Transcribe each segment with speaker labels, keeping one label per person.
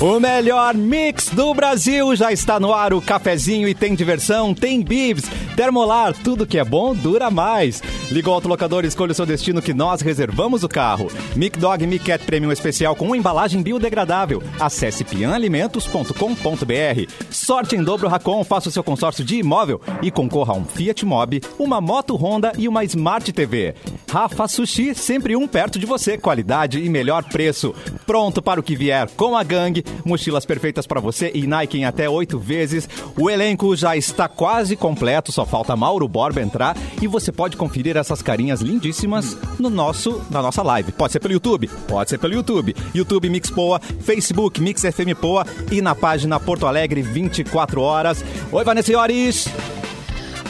Speaker 1: O melhor mix do Brasil já está no ar. O cafezinho e tem diversão, tem bibs, termolar, tudo que é bom dura mais. Liga o autolocador e escolha o seu destino que nós reservamos o carro. Mic Dog Mic Cat Premium Especial com embalagem biodegradável. Acesse pianalimentos.com.br. Sorte em dobro Racon, faça o seu consórcio de imóvel e concorra a um Fiat Mobi, uma moto Honda e uma Smart TV. Rafa Sushi, sempre um perto de você, qualidade e melhor preço. Pronto para o que vier com a gangue mochilas perfeitas para você e Nike em até oito vezes. O elenco já está quase completo, só falta Mauro Borba entrar e você pode conferir essas carinhas lindíssimas no nosso na nossa live. Pode ser pelo YouTube, pode ser pelo YouTube, YouTube Mix Poa, Facebook Mix FM Poa e na página Porto Alegre 24 horas. Oi Vanessa Iores.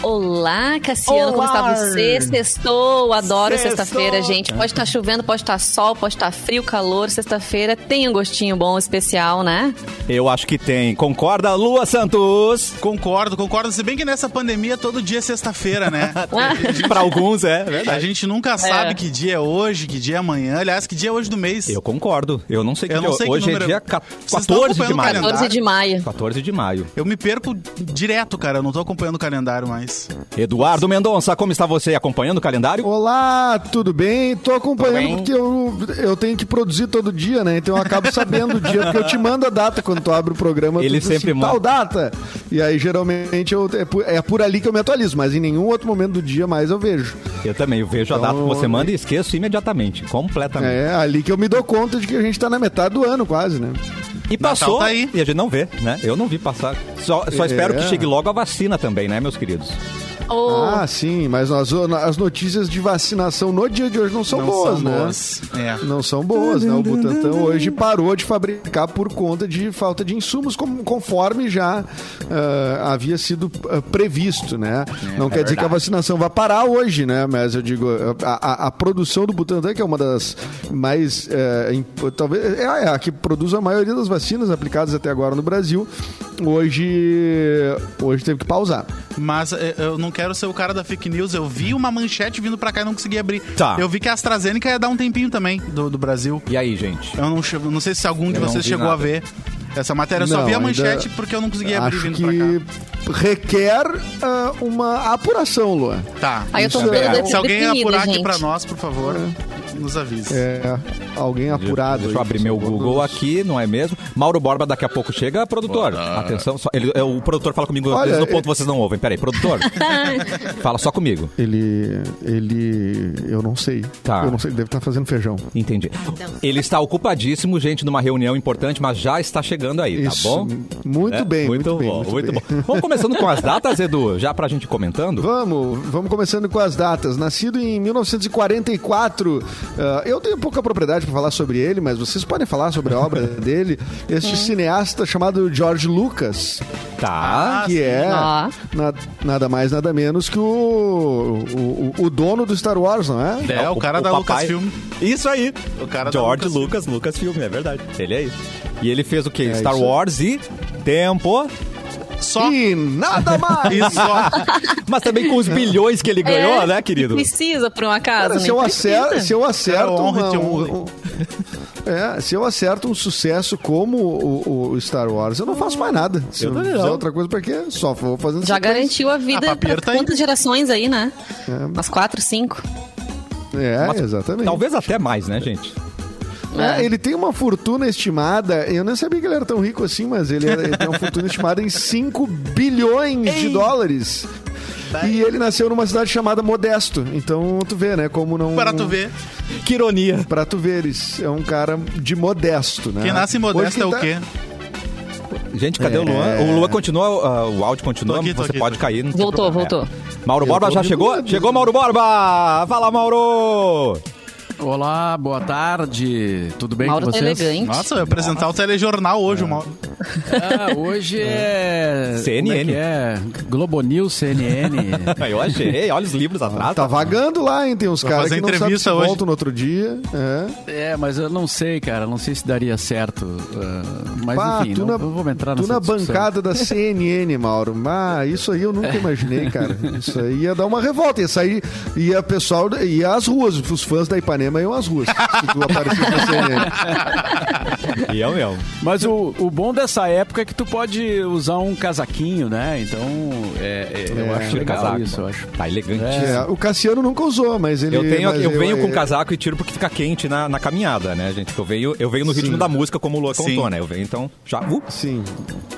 Speaker 2: Olá, Cassiano, como está você? Sextou, adoro
Speaker 1: Sextou.
Speaker 2: sexta-feira, gente. Pode estar chovendo, pode estar sol, pode estar frio, calor. Sexta-feira tem um gostinho bom, especial, né?
Speaker 1: Eu acho que tem. Concorda, Lua Santos?
Speaker 3: Concordo, concordo. Se bem que nessa pandemia todo dia é sexta-feira, né?
Speaker 1: Para alguns é,
Speaker 3: A
Speaker 1: verdade.
Speaker 3: gente nunca sabe que dia é hoje, que dia é amanhã. Aliás, que dia é hoje do mês?
Speaker 1: Eu concordo. Eu não sei que
Speaker 3: Eu não
Speaker 1: dia-
Speaker 3: sei que
Speaker 1: hoje é
Speaker 3: número-
Speaker 1: dia ca-
Speaker 3: Vocês estão
Speaker 1: 14 de
Speaker 3: acompanhando o
Speaker 1: maio.
Speaker 3: calendário?
Speaker 2: 14 de maio.
Speaker 1: 14 de maio.
Speaker 3: Eu me perco direto, cara. Eu não tô acompanhando o calendário mais.
Speaker 1: Eduardo Mendonça, como está você acompanhando o calendário?
Speaker 4: Olá, tudo bem? Tô acompanhando
Speaker 1: Tudo
Speaker 4: porque eu, eu tenho que produzir todo dia, né? Então eu acabo sabendo o dia, porque eu te mando a data quando tu abre o programa.
Speaker 1: Ele
Speaker 4: tu diz
Speaker 1: sempre
Speaker 4: assim, tal
Speaker 1: manda.
Speaker 4: data. E aí geralmente eu, é, por, é por ali que eu me atualizo, mas em nenhum outro momento do dia mais eu vejo.
Speaker 1: Eu também, eu vejo a
Speaker 4: Então-
Speaker 1: data que você manda e esqueço imediatamente, completamente.
Speaker 4: É ali que eu me dou conta de que a gente tá na metade do ano quase, né?
Speaker 1: E passou,
Speaker 3: tá aí.
Speaker 1: e a gente não vê, né? Eu não vi passar. Só, só
Speaker 4: É.
Speaker 1: espero que chegue logo a vacina também, né, meus queridos?
Speaker 2: Oh,
Speaker 4: Ah, sim, mas as, as notícias de vacinação no dia de hoje não são boas, né?
Speaker 3: É.
Speaker 4: Não são boas, né? O Butantan hoje parou de fabricar por conta de falta de insumos, como- conforme já ah, havia sido ah, previsto, né? Não quer dizer que a vacinação vai parar hoje, né? Mas eu digo, a, a- a produção do Butantan, que é uma das mais, eh, imp- talvez, é a- é a que produz a maioria das vacinas aplicadas até agora no Brasil, hoje, hoje teve que pausar.
Speaker 3: Mas é, eu não quero ser o cara da fake news. Eu vi uma manchete vindo pra cá e não consegui abrir.
Speaker 1: Tá.
Speaker 3: Eu vi que a AstraZeneca ia dar um tempinho também do, do Brasil.
Speaker 1: E aí, gente?
Speaker 3: Eu não, che- não sei se algum de
Speaker 1: Eu não
Speaker 3: vocês
Speaker 1: vi
Speaker 3: chegou a
Speaker 1: nada.
Speaker 3: ver essa matéria. Eu só
Speaker 4: Não,
Speaker 3: vi a
Speaker 4: ainda-
Speaker 3: manchete porque eu não consegui abrir
Speaker 4: Acho
Speaker 3: vindo
Speaker 4: que
Speaker 3: é pra cá.
Speaker 4: requer ah, uma apuração, Luan.
Speaker 3: Tá.
Speaker 2: Aí eu tô
Speaker 3: Isso é
Speaker 4: toda
Speaker 3: verdade. Se alguém
Speaker 2: definida,
Speaker 3: apurar aqui
Speaker 2: gente.
Speaker 3: pra nós, por favor, nos avise.
Speaker 4: É, alguém apurado.
Speaker 1: Deixa eu
Speaker 4: aí,
Speaker 1: abrir meu
Speaker 4: por favor.
Speaker 1: Google aqui, não é mesmo? Mauro Borba daqui a pouco chega, produtor. Atenção, só- ele- é, o produtor fala comigo,
Speaker 4: Olha,
Speaker 1: eles no ponto
Speaker 4: é-
Speaker 1: vocês não ouvem. Peraí, produtor, fala só comigo.
Speaker 4: Ele. Ele. Eu não sei.
Speaker 1: Tá.
Speaker 4: Eu não sei, ele deve estar fazendo feijão.
Speaker 1: Entendi. Ele está ocupadíssimo, gente, numa reunião importante, mas já está chegando aí,
Speaker 4: Isso.
Speaker 1: tá bom?
Speaker 4: Muito
Speaker 1: Né?
Speaker 4: bem, muito, bem.
Speaker 1: bom, muito bom. Vamos começando com as datas, Edu, já pra gente comentando?
Speaker 4: Vamos, vamos começando com as datas. Nascido em 1944, ah, eu tenho pouca propriedade para falar sobre ele, mas vocês podem falar sobre a obra dele. Este cineasta chamado George Lucas,
Speaker 1: Tá.
Speaker 4: que é
Speaker 2: Ó.
Speaker 4: na- nada mais, nada menos que o, o, o- o dono do Star Wars, não é?
Speaker 3: É, o cara da Lucasfilm.
Speaker 1: Isso aí.
Speaker 3: O cara da
Speaker 1: George
Speaker 3: Lucasfilm.
Speaker 1: Lucas, Lucasfilm, é verdade. Ele é isso. E ele fez o quê?
Speaker 4: É
Speaker 1: Star
Speaker 4: isso aí.
Speaker 1: Wars e tempo,
Speaker 3: Só
Speaker 4: E nada mais!
Speaker 3: e só.
Speaker 1: mas também com os bilhões que ele ganhou, né, querido?
Speaker 2: É, Precisa, por um acaso,
Speaker 4: Cara,
Speaker 2: né?
Speaker 4: se eu acerto, se eu acerto
Speaker 3: Cara, honra
Speaker 4: uma-
Speaker 3: ter um
Speaker 4: um-
Speaker 3: homem.
Speaker 4: um- é, se eu acerto um sucesso como o, o- o Star Wars, eu não faço mais nada. Se eu,
Speaker 1: também
Speaker 4: fizer
Speaker 1: não.
Speaker 4: outra coisa, pra quê? Só vou fazendo
Speaker 2: Já
Speaker 4: sequência.
Speaker 2: garantiu a vida
Speaker 3: A
Speaker 2: pra
Speaker 3: Papier tá aí.
Speaker 2: quantas gerações aí, né? Umas quatro, cinco.
Speaker 4: É,
Speaker 1: Mas
Speaker 4: exatamente.
Speaker 1: Talvez até mais, né, gente?
Speaker 4: É, ele tem uma fortuna estimada, eu nem sabia que ele era tão rico assim, mas ele, era- ele tem uma fortuna estimada em 5 bilhões de dólares. E ele nasceu numa cidade chamada Modesto. Então tu vê, né? Como não.
Speaker 3: Para tu ver,
Speaker 1: Que ironia.
Speaker 4: Pra tu veres. É um cara de modesto, né?
Speaker 3: quem nasce
Speaker 4: Hoje
Speaker 3: modesto
Speaker 4: quem
Speaker 3: é o
Speaker 4: tá-
Speaker 3: quê?
Speaker 1: Gente, cadê o Luan?
Speaker 4: É.
Speaker 1: O Luan continua, ah, o áudio continua,
Speaker 3: Tô aqui, tô
Speaker 1: você
Speaker 3: aqui,
Speaker 1: pode
Speaker 3: tô
Speaker 1: cair. não tem
Speaker 2: Voltou,
Speaker 1: problema.
Speaker 2: voltou.
Speaker 1: É. Mauro Borba
Speaker 4: tô
Speaker 1: já
Speaker 4: ouvindo
Speaker 1: chegou?
Speaker 4: tudo.
Speaker 1: Chegou Mauro Borba! Fala, Mauro!
Speaker 5: Olá, boa tarde. Tudo bem
Speaker 2: Mauro
Speaker 5: com
Speaker 2: tá
Speaker 5: vocês?
Speaker 2: elegante.
Speaker 3: Nossa, eu ia apresentar o telejornal hoje, o Mauro.
Speaker 5: Ah, hoje é.
Speaker 1: CNN.
Speaker 5: Como é, que é? Globo News, CNN.
Speaker 1: Eu achei, olha os livros atrás.
Speaker 4: Tá vagando lá, hein? Tem uns
Speaker 3: Vai
Speaker 4: caras
Speaker 3: fazer
Speaker 4: que não sabem
Speaker 3: entrevista
Speaker 4: se
Speaker 3: hoje.
Speaker 4: voltam no outro dia. É.
Speaker 5: É, mas eu não sei, cara. Não sei se daria certo. ah, mas
Speaker 4: Pá,
Speaker 5: enfim,
Speaker 4: tu
Speaker 5: não,
Speaker 4: na,
Speaker 5: não vamos entrar
Speaker 4: tu
Speaker 5: nessa
Speaker 4: na
Speaker 5: discussão.
Speaker 4: bancada da CNN, Mauro. Ah, isso aí eu nunca imaginei, cara. Isso aí ia dar uma revolta. Ia sair, ia pessoal, ia às ruas. Os fãs da Ipanema iam às ruas. Se tu aparecesse na CNN.
Speaker 1: E eu mesmo.
Speaker 5: Mas o, o bom dessa época é que tu pode usar um casaquinho, né? Então, é, é, eu
Speaker 4: É,
Speaker 5: acho
Speaker 1: Tiro
Speaker 5: legal
Speaker 1: casaco.
Speaker 5: isso, eu acho.
Speaker 1: Tá elegantíssimo.
Speaker 4: É, o Cassiano nunca usou, mas ele.
Speaker 1: Eu, tenho,
Speaker 4: mas
Speaker 1: eu venho com
Speaker 4: é,
Speaker 1: casaco e tiro porque fica quente na, na caminhada, né, gente? Eu venho, eu venho no ritmo da música, como o Lua
Speaker 3: Sim.
Speaker 1: contou, né? Eu venho, então, já... Uh,
Speaker 4: Sim.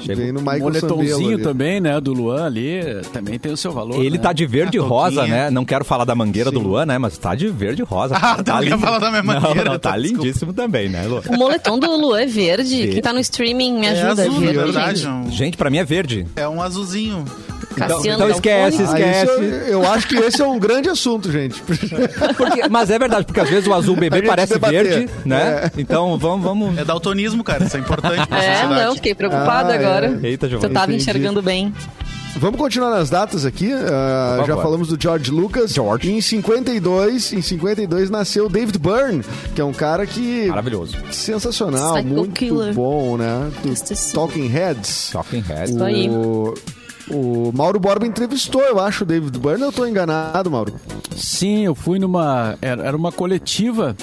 Speaker 1: Chega
Speaker 4: Vem no
Speaker 5: O
Speaker 4: Michael Sambello
Speaker 5: um moletomzinho
Speaker 4: ali.
Speaker 5: também, né? Do Luan ali, também tem o seu valor.
Speaker 1: ele
Speaker 5: né?
Speaker 1: tá de verde e
Speaker 3: A
Speaker 1: rosa,
Speaker 3: touquinha.
Speaker 1: né? Não quero falar da mangueira do Luan, né? Mas tá de verde e rosa.
Speaker 3: Ah, não quero
Speaker 1: lindo.
Speaker 3: falar da minha
Speaker 1: Não,
Speaker 3: mangueira,
Speaker 1: não, tá
Speaker 3: tá, desculpa.
Speaker 1: lindíssimo também, né, Lu?
Speaker 2: O moletom do Luan é verde. Quem tá no streaming me
Speaker 3: É
Speaker 2: ajuda. É,
Speaker 3: azul, na
Speaker 2: verde,
Speaker 3: verdade.
Speaker 2: gente.
Speaker 3: é um-
Speaker 1: Gente, pra mim é verde.
Speaker 3: É um azulzinho.
Speaker 1: Então,
Speaker 2: Cassiano tá um
Speaker 1: então
Speaker 2: Dalfone.
Speaker 1: esquece,
Speaker 4: Ah,
Speaker 1: esquece.
Speaker 4: isso eu, eu acho que esse é um grande assunto, gente.
Speaker 1: Porque- mas é verdade, porque às vezes o azul
Speaker 4: A
Speaker 1: bebê
Speaker 4: gente
Speaker 1: parece
Speaker 4: debater.
Speaker 1: verde, né? Então vamos, vamos.
Speaker 3: É daltonismo, cara. Isso é importante pra
Speaker 2: É,
Speaker 3: sociedade.
Speaker 2: não, fiquei preocupada
Speaker 4: Ah, é.
Speaker 2: agora.
Speaker 1: Eita,
Speaker 2: Se
Speaker 1: Giovana.
Speaker 2: eu tava
Speaker 4: Entendi.
Speaker 2: enxergando bem.
Speaker 4: Vamos continuar nas datas aqui. Ah,
Speaker 1: Por favor.
Speaker 4: já falamos do George Lucas.
Speaker 1: George.
Speaker 4: Em 52, em 52 nasceu David Byrne, que é um cara que
Speaker 1: Maravilhoso.
Speaker 4: sensacional,
Speaker 2: Psycho
Speaker 4: muito
Speaker 2: killer.
Speaker 4: bom, né?
Speaker 2: Justiça.
Speaker 4: Do Talking Heads.
Speaker 1: Talking Heads.
Speaker 2: Isso aí.
Speaker 4: O, o Mauro Borba entrevistou, eu acho, o David Byrne. Eu tô enganado, Mauro.
Speaker 5: Sim, eu fui numa. Era era uma coletiva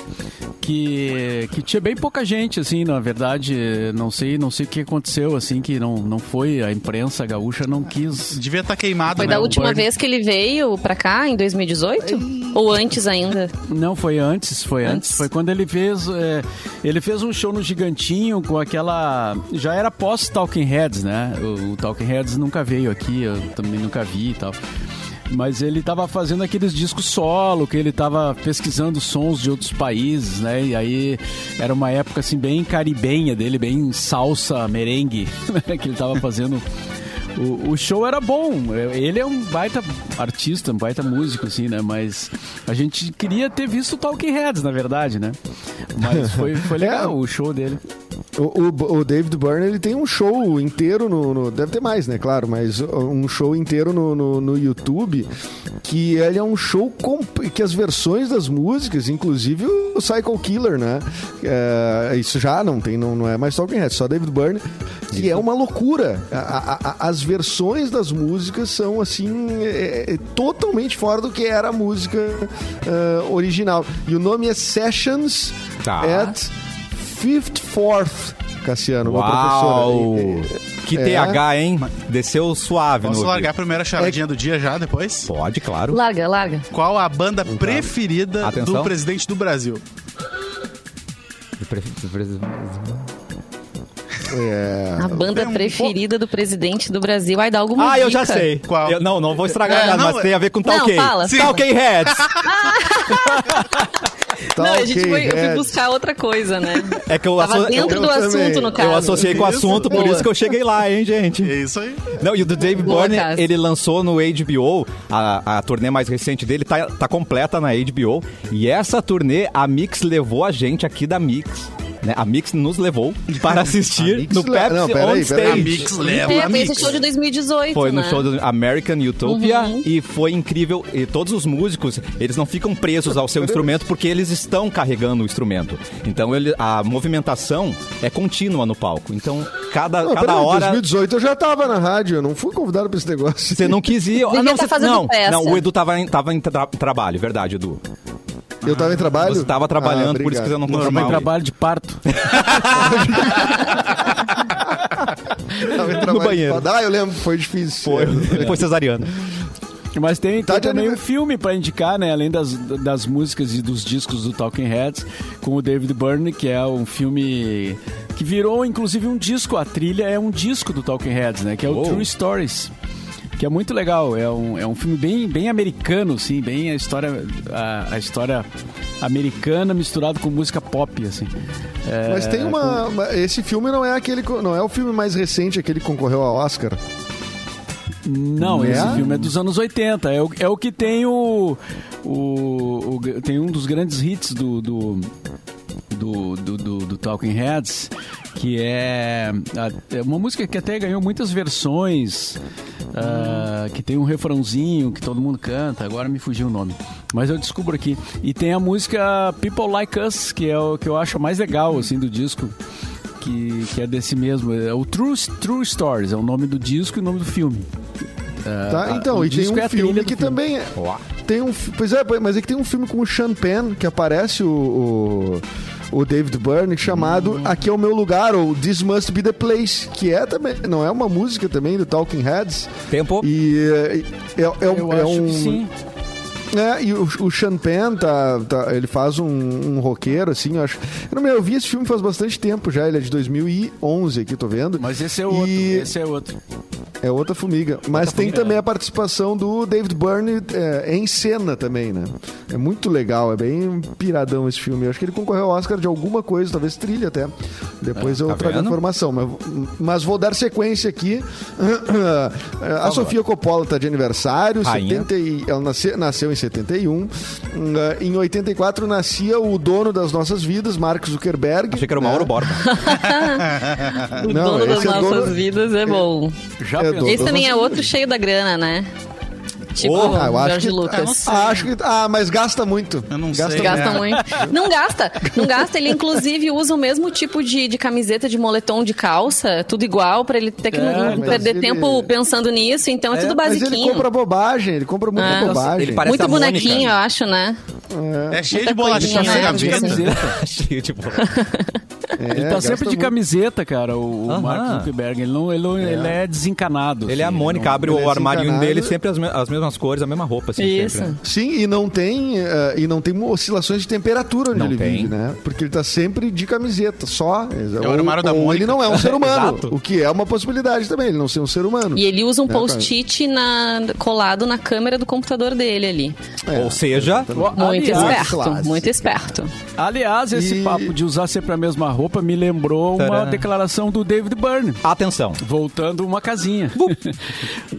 Speaker 5: que, que tinha bem pouca gente, assim, na verdade. Não sei, não sei o que aconteceu, assim, que não, não foi. A imprensa gaúcha não quis.
Speaker 3: Devia estar queimado,
Speaker 2: Foi
Speaker 3: né?
Speaker 2: da
Speaker 3: o
Speaker 2: última
Speaker 3: Bernie.
Speaker 2: vez que ele veio pra cá, em 2018? Ou antes ainda?
Speaker 5: Não, foi antes, foi antes.
Speaker 2: Antes?
Speaker 5: Foi quando ele fez. é, ele fez um show no Gigantinho com aquela. Já era pós-Talking Heads, né? O, o Talking Heads nunca veio aqui, eu também nunca vi e tal. Mas ele tava fazendo aqueles discos solo, que ele tava pesquisando sons de outros países, né? E aí era uma época assim bem caribenha dele, bem salsa, merengue, né? que ele tava fazendo. O, o show era bom. Ele é um baita artista, um baita músico, assim, né? Mas a gente queria ter visto o Talking Heads, na verdade, né? Mas foi, foi legal o show dele.
Speaker 4: O, o- o David Byrne ele tem um show inteiro no, no- Deve ter mais, né? Claro, mas um show inteiro no, no, no YouTube que ele é um show com, que as versões das músicas, inclusive o Psycho Killer, né? É, isso já não tem, não, não é mais Talking Heads, só David Byrne, que é uma loucura. A- a- a- as versões das músicas são assim é- é totalmente fora do que era a música é, original. E o nome é Sessions
Speaker 1: Tá.
Speaker 4: at Fifth Fourth, Cassiano, uma
Speaker 1: Uau!
Speaker 4: professora. É,
Speaker 1: Que
Speaker 4: É.
Speaker 1: TH, hein? Desceu suave
Speaker 3: Posso
Speaker 1: no.
Speaker 3: largar a primeira charadinha do dia já, depois?
Speaker 1: Pode, claro.
Speaker 2: Larga, larga.
Speaker 3: Qual a banda preferida
Speaker 1: Atenção.
Speaker 3: do presidente do Brasil?
Speaker 4: é,
Speaker 2: A banda
Speaker 3: Tem um
Speaker 2: preferida do presidente do Brasil. Vai dar alguma
Speaker 1: Ah, eu
Speaker 2: dica?
Speaker 1: já sei.
Speaker 3: Qual?
Speaker 1: Eu- não, não vou estragar
Speaker 3: É,
Speaker 1: nada,
Speaker 3: não,
Speaker 1: mas tem a ver com
Speaker 2: Não,
Speaker 1: Talking.
Speaker 2: fala.
Speaker 1: Sim. Talking Heads.
Speaker 4: tá
Speaker 2: não, a gente
Speaker 4: ok,
Speaker 2: foi, eu fui
Speaker 4: Reds.
Speaker 2: buscar outra coisa, né?
Speaker 1: É que eu,
Speaker 2: Tava
Speaker 1: asso- eu-
Speaker 2: dentro
Speaker 4: eu
Speaker 2: do assunto,
Speaker 4: também.
Speaker 2: no
Speaker 4: Eu
Speaker 2: caso.
Speaker 1: eu associei com o assunto, por
Speaker 2: Boa.
Speaker 1: isso que eu cheguei lá, hein, gente?
Speaker 3: É isso aí.
Speaker 1: Não, e o do Dave
Speaker 2: Boa,
Speaker 1: Byrne,
Speaker 2: Cássio.
Speaker 1: ele lançou no HBO, a, a turnê mais recente dele, tá, tá completa na HBO. E essa turnê, a Mix levou a gente aqui da Mix. né? A Mix nos levou para assistir
Speaker 4: Mix
Speaker 1: no
Speaker 4: le-
Speaker 1: Pepsi
Speaker 4: Não,
Speaker 1: On
Speaker 4: peraí,
Speaker 1: Stage.
Speaker 4: peraí.
Speaker 3: A Mix leva
Speaker 2: É,
Speaker 3: a
Speaker 2: foi esse
Speaker 3: Mix.
Speaker 2: show de 2018,
Speaker 1: Foi no
Speaker 2: né?
Speaker 1: show do American Utopia
Speaker 2: Uhum.
Speaker 1: e foi incrível. E todos os músicos, eles não ficam presos ao seu instrumento porque eles estão carregando o instrumento. Então ele- a movimentação é contínua no palco. Então cada,
Speaker 4: Não,
Speaker 1: cada
Speaker 4: peraí,
Speaker 1: hora.
Speaker 4: Em 2018 eu já tava na rádio, eu não fui convidado pra esse negócio.
Speaker 1: Você não quis ir.
Speaker 2: Devia
Speaker 1: não,
Speaker 2: tá
Speaker 1: você-
Speaker 2: fazendo
Speaker 1: não,
Speaker 2: peça.
Speaker 1: não, o Edu tava em, tava em tra- trabalho, verdade, Edu.
Speaker 4: Eu tava em trabalho?
Speaker 1: Ah, Você tava trabalhando,
Speaker 4: Ah,
Speaker 1: por isso que você não
Speaker 4: obrigado.
Speaker 1: conseguiu.
Speaker 5: Mas
Speaker 1: ir.
Speaker 5: um trabalho de parto.
Speaker 4: Tava em trabalho.
Speaker 1: banheiro.
Speaker 4: Ah, eu lembro, foi difícil.
Speaker 1: Foi, foi cesariano.
Speaker 5: Mas tem,
Speaker 4: Tá
Speaker 5: tem
Speaker 4: de
Speaker 5: também um
Speaker 4: anive-
Speaker 5: filme pra indicar, né? Além das, das músicas e dos discos do Talking Heads, com o David Byrne, que é um filme que virou, inclusive, um disco. A trilha é um disco do Talking Heads, né? Que é o
Speaker 1: Uou.
Speaker 5: True Stories. Que é muito legal. É um, é um filme bem, bem americano, assim. Bem a história, a, a história americana misturado com música pop, assim. É,
Speaker 4: Mas tem
Speaker 5: com-
Speaker 4: uma. uma- Esse filme não é aquele. co- Não é o filme mais recente, aquele que concorreu ao Oscar.
Speaker 5: Não,
Speaker 4: Né?
Speaker 5: esse filme é dos anos 80. É o, é o que tem o, o, o- Tem um dos grandes hits do. do do, do, do, do Talking Heads, que é a- é uma música que até ganhou muitas versões, ah, que tem um refrãozinho que todo mundo canta, agora me fugiu o nome. Mas eu descubro aqui. E tem a música People Like Us, que é o que eu acho a mais legal assim, do disco. Que, que é desse mesmo, é o True, True Stories, é o nome do disco e o nome do filme.
Speaker 4: Tá?
Speaker 5: Ah,
Speaker 4: Então,
Speaker 5: o
Speaker 4: e tem
Speaker 5: disco
Speaker 4: um
Speaker 5: é a
Speaker 4: filme
Speaker 5: trilha do
Speaker 4: que
Speaker 5: filme.
Speaker 4: também é- tem um, fi- pois é, mas é que tem um filme com o Sean Penn que aparece o, o, o David Byrne chamado
Speaker 5: Hum.
Speaker 4: Aqui é o meu lugar ou This Must Be the Place, que é também, não é uma música também do Talking Heads.
Speaker 1: Tempo.
Speaker 4: E é, é, é,
Speaker 5: Eu
Speaker 4: um- é
Speaker 5: acho
Speaker 4: um
Speaker 5: que sim.
Speaker 4: é, e o, o Sean Penn, tá, tá- ele faz um, um roqueiro, assim, eu acho. Eu, não, me- eu vi esse filme faz bastante tempo já, ele é de 2011 aqui, tô vendo.
Speaker 5: Mas esse é
Speaker 4: E
Speaker 5: outro, esse é outro.
Speaker 4: É outra formiga. Mas tem
Speaker 5: formiga,
Speaker 4: também
Speaker 5: é.
Speaker 4: a participação do David Byrne é, em cena também, né? É muito legal, é bem piradão esse filme. Eu acho que ele concorreu ao Oscar de alguma coisa, talvez trilha até. Depois eu
Speaker 1: tá
Speaker 4: trago a
Speaker 1: vendo?
Speaker 4: informação. Mas, mas vou dar sequência aqui. a Sofia Coppola tá de aniversário,
Speaker 1: Rainha.
Speaker 4: 70 e- ela nasce- nasceu em 71. Hum, eh, Em 84 nascia o dono das nossas vidas, Mark Zuckerberg.
Speaker 1: Achei que era o Mauro
Speaker 4: né?
Speaker 1: Borba.
Speaker 2: O
Speaker 4: Não,
Speaker 2: dono das
Speaker 4: esse é
Speaker 2: nossas
Speaker 4: dono-
Speaker 2: vidas é bom.
Speaker 5: Já
Speaker 4: É
Speaker 5: pensou?
Speaker 4: do-
Speaker 2: Esse também é outro cheio da grana, né? Tipo
Speaker 1: Oh,
Speaker 4: ah, eu acho
Speaker 2: Jorge
Speaker 4: que-
Speaker 3: Ah, não
Speaker 2: Lucas.
Speaker 3: sei.
Speaker 4: Acho que. Ah, mas gasta muito.
Speaker 3: Eu não
Speaker 4: gasta
Speaker 3: sei.
Speaker 4: Muito.
Speaker 2: Gasta
Speaker 3: É.
Speaker 2: muito. Não gasta, não gasta. Ele, inclusive, usa o mesmo tipo de, de camiseta, de moletom, de calça, tudo igual, pra ele ter que
Speaker 5: É,
Speaker 2: não
Speaker 5: mas
Speaker 2: perder
Speaker 4: ele-
Speaker 2: tempo pensando nisso. Então é, tudo
Speaker 4: Mas
Speaker 2: basiquinho.
Speaker 4: ele compra bobagem, ele compra muita
Speaker 2: Ah.
Speaker 4: bobagem.
Speaker 1: Ele parece
Speaker 2: Muito
Speaker 1: a Mônica.
Speaker 2: bonequinho, eu acho, né?
Speaker 3: É cheio
Speaker 2: Muita
Speaker 3: de bolachinha
Speaker 2: coisinha,
Speaker 3: na
Speaker 2: né?
Speaker 3: gaveta.
Speaker 5: Camiseta.
Speaker 1: Cheio de bola.
Speaker 4: É,
Speaker 5: Ele tá
Speaker 4: gasta
Speaker 5: sempre de
Speaker 4: muito.
Speaker 5: camiseta, cara, o, o
Speaker 1: Aham.
Speaker 5: Mark Zuckerberg. Ele, não, ele, não- ele é desencanado.
Speaker 1: Ele é a
Speaker 5: assim,
Speaker 1: Mônica,
Speaker 5: não-
Speaker 1: abre
Speaker 4: ele
Speaker 1: o
Speaker 4: é
Speaker 1: armário
Speaker 4: desencanado.
Speaker 1: dele sempre as, me- as mesmas cores, a mesma roupa, assim,
Speaker 2: Isso.
Speaker 1: sempre. né?
Speaker 4: Sim, e não tem eh, e não tem oscilações de temperatura onde
Speaker 1: Não
Speaker 4: ele
Speaker 1: tem.
Speaker 4: vive, né? Porque ele tá sempre de camiseta, só.
Speaker 3: o armário da Mônica.
Speaker 4: ele não é um ser humano,
Speaker 1: Exato.
Speaker 4: o que é uma possibilidade também, ele não ser um ser humano.
Speaker 2: E ele usa um
Speaker 4: É, claro.
Speaker 2: post-it na- colado na câmera do computador dele ali.
Speaker 4: É.
Speaker 1: Ou seja,
Speaker 2: Muito
Speaker 5: aliás,
Speaker 2: esperto,
Speaker 4: classe.
Speaker 2: muito esperto.
Speaker 5: aliás, esse
Speaker 4: E-
Speaker 5: papo de usar sempre a mesma roupa me lembrou uma
Speaker 1: Tcharam.
Speaker 5: declaração do David Byrne.
Speaker 1: atenção.
Speaker 5: Voltando uma casinha.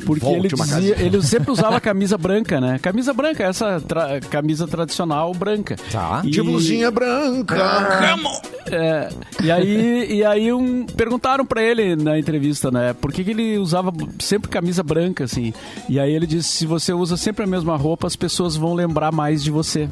Speaker 5: Porque
Speaker 4: Volte
Speaker 5: ele,
Speaker 4: uma
Speaker 5: dizia, ele sempre usava camisa branca, né? Camisa branca, essa tra- camisa tradicional branca.
Speaker 1: Tá.
Speaker 5: E-
Speaker 4: De blusinha Tipo,
Speaker 3: Ah.
Speaker 4: branca.
Speaker 5: É, e aí, e aí um, perguntaram pra ele na entrevista, né? Por que, que ele usava sempre camisa branca, assim? E aí ele disse: se você usa sempre a mesma roupa, as pessoas vão lembrar mais de você.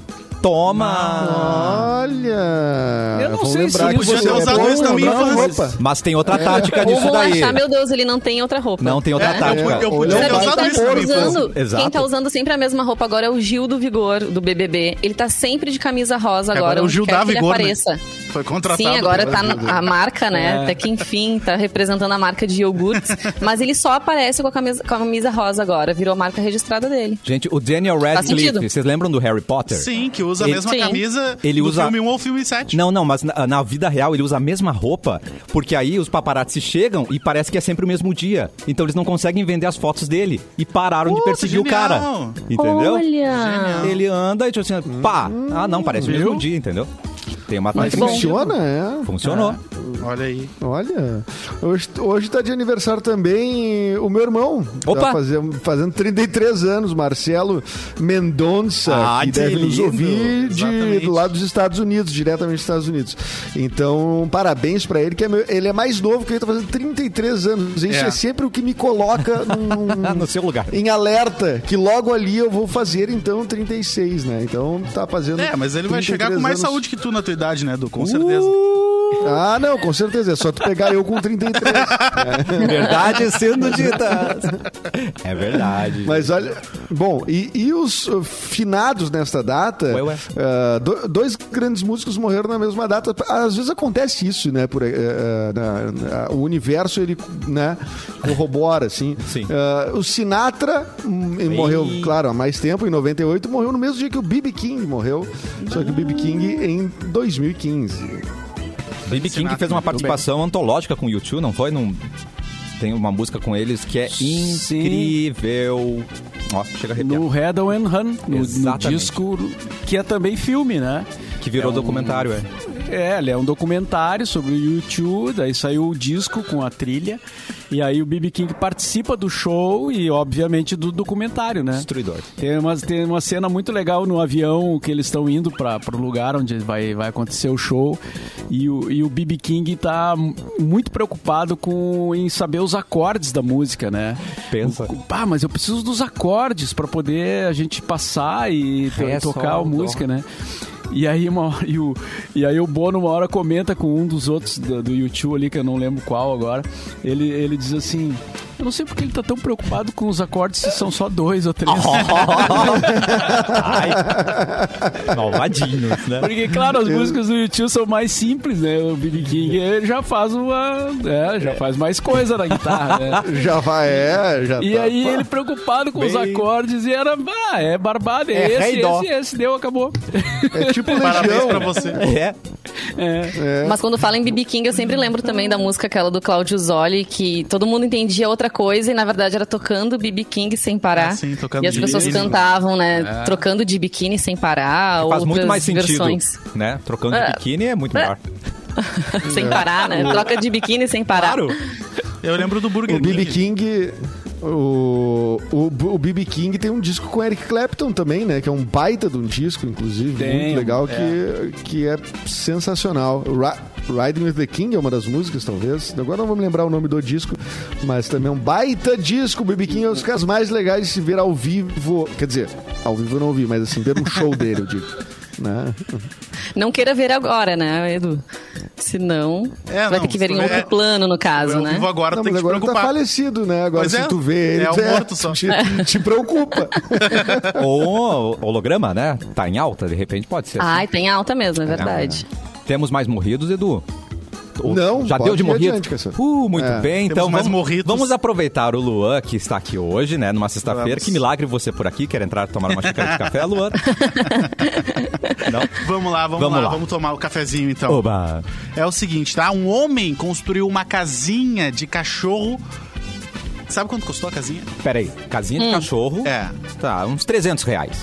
Speaker 1: Toma!
Speaker 4: Olha!
Speaker 5: Eu não
Speaker 4: Vamos
Speaker 5: sei
Speaker 4: lembrar
Speaker 5: se
Speaker 4: que
Speaker 5: podia
Speaker 4: você
Speaker 5: ter
Speaker 4: é
Speaker 3: usado
Speaker 4: bom
Speaker 3: isso na minha
Speaker 4: lembrar
Speaker 3: infância.
Speaker 4: roupa.
Speaker 1: Mas tem
Speaker 4: É.
Speaker 1: outra tática
Speaker 2: Ou
Speaker 1: disso
Speaker 2: vão
Speaker 1: daí.
Speaker 2: achar, meu Deus, ele não tem outra roupa.
Speaker 1: Não tem outra
Speaker 3: É, eu
Speaker 1: tática.
Speaker 3: podia- eu
Speaker 4: Olha,
Speaker 3: podia ter
Speaker 2: Sabe
Speaker 4: vai
Speaker 2: quem
Speaker 3: usado
Speaker 4: dar
Speaker 3: isso
Speaker 2: tá
Speaker 3: na minha
Speaker 4: força.
Speaker 3: infância.
Speaker 2: usando?
Speaker 1: Exato.
Speaker 2: Quem tá usando sempre a mesma roupa agora é o Gil do Vigor, do BBB. Ele tá sempre de camisa rosa
Speaker 3: Agora
Speaker 2: agora,
Speaker 3: é o
Speaker 2: onde
Speaker 3: Gil
Speaker 2: quer
Speaker 3: da
Speaker 2: que ele
Speaker 3: Vigor, né?
Speaker 2: apareça.
Speaker 3: Foi contratado.
Speaker 2: Sim, agora
Speaker 3: pela
Speaker 2: tá
Speaker 3: Gil É. da
Speaker 2: na- a marca, né? Até que enfim, tá representando a marca de iogurtes. mas ele só aparece com a camisa, com a camisa rosa agora, virou a marca registrada dele.
Speaker 1: Gente, o Daniel Radcliffe,
Speaker 2: sentido.
Speaker 1: vocês lembram do Harry Potter?
Speaker 3: Sim, que usa a
Speaker 1: Ele-
Speaker 3: mesma
Speaker 2: Sim.
Speaker 3: camisa
Speaker 1: Ele
Speaker 3: do
Speaker 1: usa-
Speaker 3: filme 1 ou filme 7.
Speaker 1: Não, não, mas na, na vida real ele usa a mesma roupa, porque aí os paparazzi chegam e parece que é sempre o mesmo dia. Então eles não conseguem vender as fotos dele e pararam de
Speaker 3: Puta,
Speaker 1: perseguir
Speaker 3: genial.
Speaker 1: o cara. Entendeu?
Speaker 2: Olha!
Speaker 1: Ele anda e tipo assim, pá! Ah, não, parece o mesmo dia, entendeu? Tem uma
Speaker 4: Mas
Speaker 1: tática.
Speaker 4: funciona, é.
Speaker 1: Funcionou.
Speaker 3: Olha aí.
Speaker 4: Olha, hoje, hoje tá de aniversário também o meu irmão.
Speaker 1: Opa!
Speaker 4: Tá fazendo, fazendo 33 anos, Marcelo Mendonça,
Speaker 1: Ah,
Speaker 4: que
Speaker 1: que
Speaker 4: deve nos
Speaker 1: lindo!
Speaker 4: ouvir de,
Speaker 3: Exatamente.
Speaker 4: do lado dos Estados Unidos, diretamente dos Estados Unidos. Então, parabéns pra ele, que é meu- ele é mais novo que eu, tá fazendo 33 anos. Isso é,
Speaker 3: É.
Speaker 4: sempre o que me coloca num-
Speaker 1: No seu lugar.
Speaker 4: em alerta, que logo ali eu vou fazer, então, 36, né? Então, tá fazendo
Speaker 3: É, mas ele vai chegar com
Speaker 4: 33
Speaker 3: mais
Speaker 4: anos.
Speaker 3: saúde que tu na tua idade, né, Edu? Com certeza.
Speaker 4: Ah, não, com certeza. É só tu pegar eu com 33.
Speaker 1: Verdade sendo dita. É verdade.
Speaker 4: Mas olha, bom, e, e os uh, finados nesta data,
Speaker 1: Ué, ué.
Speaker 4: uh, do- dois grandes músicos morreram na mesma data. Às vezes acontece isso, né? Por, uh, uh, na- na- o universo ele, né, corrobora, assim.
Speaker 1: Sim.
Speaker 4: Uh, o Sinatra hum, ele morreu, claro, há mais tempo, em 98, morreu no mesmo dia que o B.B. King morreu. Só que o B.B. King em 2015.
Speaker 1: B.B. King
Speaker 3: Sinatra,
Speaker 1: fez uma
Speaker 3: tudo
Speaker 1: participação antológica com o YouTube, não foi? Num... Tem uma música com eles que é
Speaker 5: Sim.
Speaker 1: incrível. Ó, chega a arrepiar.
Speaker 5: No Head and Run, no, no
Speaker 1: Exatamente.
Speaker 5: disco, que é também filme, né?
Speaker 1: Que virou
Speaker 5: É um-
Speaker 1: documentário, é.
Speaker 5: É, ele é um documentário sobre o YouTube, daí saiu o disco com a trilha. E aí o BB King participa do show e, obviamente, do documentário, né?
Speaker 1: Destruidor.
Speaker 5: Tem uma, tem uma cena muito legal no avião que eles estão indo para o lugar onde vai, vai acontecer o show. E o, e o BB King tá muito preocupado com em saber os acordes da música, né?
Speaker 1: Pensa.
Speaker 5: O- Pá, mas eu preciso dos acordes para poder a gente passar e to-
Speaker 1: Ré,
Speaker 5: tocar
Speaker 1: sol,
Speaker 5: a música, né? E aí, uma, hora- e, o, e aí o Bono uma hora comenta com um dos outros do, do YouTube ali, que eu não lembro qual agora. Ele, ele diz assim. Eu não sei porque ele tá tão preocupado com os acordes se são só dois ou três.
Speaker 1: Malvadinhos, né?
Speaker 5: Porque, claro, as músicas do YouTube são mais simples, né? O B.B. King ele já faz uma. é, já faz mais coisa na guitarra, né?
Speaker 4: Já vai, é, já
Speaker 5: E
Speaker 4: tá-
Speaker 5: aí ele preocupado com os
Speaker 1: Bem-
Speaker 5: acordes e era, ah, é barbada, é,
Speaker 1: É, ré
Speaker 5: esse,
Speaker 1: e dó.
Speaker 5: esse, esse, deu, acabou.
Speaker 4: É tipo
Speaker 3: Parabéns pra
Speaker 4: Legião.
Speaker 3: você.
Speaker 1: É.
Speaker 5: É,
Speaker 2: Mas quando fala em BB King, eu sempre lembro também da música aquela do Claudio Zoli, que todo mundo entendia outra coisa e na verdade era tocando BB King sem parar.
Speaker 3: Ah, sim, tocando
Speaker 2: e as
Speaker 3: de
Speaker 2: pessoas
Speaker 3: biquíni.
Speaker 2: cantavam, né? Trocando de biquíni sem parar.
Speaker 1: Faz muito
Speaker 2: outras
Speaker 1: mais sentido,
Speaker 2: versões. Ah.
Speaker 1: né? Trocando de
Speaker 2: É.
Speaker 1: biquíni é muito melhor.
Speaker 2: sem parar, né? Troca de biquíni sem parar.
Speaker 1: Claro.
Speaker 3: Eu lembro do Burger
Speaker 4: O BB
Speaker 3: King.
Speaker 4: King. O, o, o BB King tem um disco com Eric Clapton também, né? Que é um baita de um disco, inclusive,
Speaker 5: Tem,
Speaker 3: um,
Speaker 4: muito legal,
Speaker 5: é.
Speaker 4: Que, que é sensacional. Ra- Riding with the King é uma das músicas, talvez. Agora não vou me lembrar o nome do disco, mas também é um baita disco. O BB King é um dos caras mais legais de se ver ao vivo. Quer dizer, ao vivo eu não ouvi, mas assim, ver um show dele, eu digo. Né?
Speaker 2: Não queira ver agora, né, Edu? Senão,
Speaker 3: É,
Speaker 2: vai
Speaker 3: não,
Speaker 2: ter que ver em
Speaker 3: se tu
Speaker 2: outro
Speaker 3: vê-
Speaker 2: plano, no caso,
Speaker 3: Eu
Speaker 2: né?
Speaker 3: vivo agora,
Speaker 4: Não,
Speaker 3: tem
Speaker 4: mas
Speaker 3: que te
Speaker 4: agora ele tá
Speaker 3: preocupar.
Speaker 4: falecido, né? Agora
Speaker 3: Pois
Speaker 4: se
Speaker 3: é,
Speaker 4: tu vê ele,
Speaker 3: é um
Speaker 4: tu-
Speaker 3: morto só.
Speaker 4: Te, te preocupa.
Speaker 1: Ou holograma, né? Tá em alta, de repente pode ser. Ah.
Speaker 2: Ai, tem alta mesmo, é verdade.
Speaker 1: né? Temos mais morridos, Edu? Ou-
Speaker 4: Não,
Speaker 1: já
Speaker 4: pode
Speaker 1: deu de
Speaker 4: ir
Speaker 1: morrido.
Speaker 4: adiante, Cassiano.
Speaker 1: Uh, muito
Speaker 4: É.
Speaker 1: bem, então
Speaker 3: mais
Speaker 1: vamos,
Speaker 3: morridos.
Speaker 1: vamos aproveitar o Luan que está aqui hoje, né, numa sexta-feira.
Speaker 3: Vamos.
Speaker 1: Que milagre você por aqui, quer entrar tomar uma xícara de café, Luan? Não.
Speaker 3: Vamos lá, vamos,
Speaker 1: Vamos
Speaker 3: lá.
Speaker 1: lá.
Speaker 3: Vamos tomar o cafezinho então.
Speaker 1: Oba.
Speaker 3: É o seguinte, tá? Um homem construiu uma casinha de cachorro. Sabe quanto custou a casinha?
Speaker 1: Peraí, casinha
Speaker 2: Hum.
Speaker 1: de cachorro.
Speaker 3: É.
Speaker 1: Tá, uns 300 reais.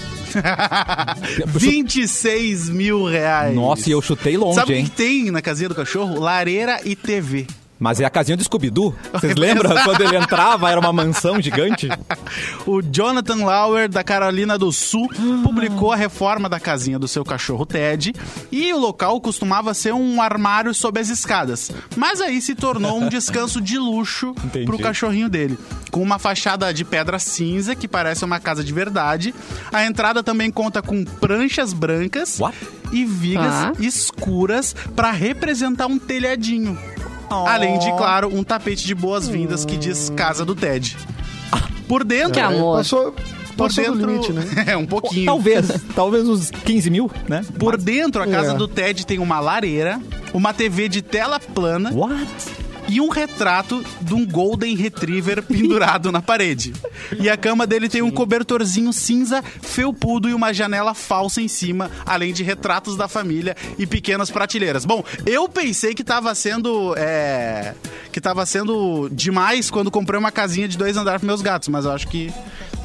Speaker 3: 26 mil reais.
Speaker 1: Nossa, e eu chutei longe,
Speaker 3: Sabe o
Speaker 1: hein?
Speaker 3: que tem na casinha do cachorro? Lareira e TV.
Speaker 1: Mas é a casinha do Scooby-Doo. Vocês lembram quando ele entrava, era uma mansão gigante?
Speaker 3: O Jonathan Lauer, da Carolina do Sul, publicou a reforma da casinha do seu cachorro Ted. E o local costumava ser um armário sob as escadas. Mas aí se tornou um descanso de luxo
Speaker 1: Entendi.
Speaker 3: pro cachorrinho dele. Com uma fachada de pedra cinza, que parece uma casa de verdade. A entrada também conta com pranchas brancas
Speaker 1: What?
Speaker 3: e vigas
Speaker 2: Ah.
Speaker 3: escuras para representar um telhadinho. Além
Speaker 2: Oh.
Speaker 3: de, claro, um tapete de boas-vindas que diz Casa do Ted. Por dentro,
Speaker 2: Que amor.
Speaker 4: Passou,
Speaker 3: por
Speaker 4: passou
Speaker 3: dentro,
Speaker 4: do limite, né?
Speaker 3: É, um pouquinho.
Speaker 1: Talvez, talvez uns 15 mil, né?
Speaker 3: Por dentro, a casa
Speaker 4: É.
Speaker 3: do Ted tem uma lareira, uma TV de tela plana
Speaker 1: What?
Speaker 3: e um retrato de um Golden Retriever pendurado na parede. E a cama dele tem um cobertorzinho cinza, felpudo e uma janela falsa em cima, além de retratos da família e pequenas prateleiras. Bom, eu pensei que tava sendo. é, que tava sendo demais quando comprei uma casinha de dois andares pros meus gatos, mas eu acho que.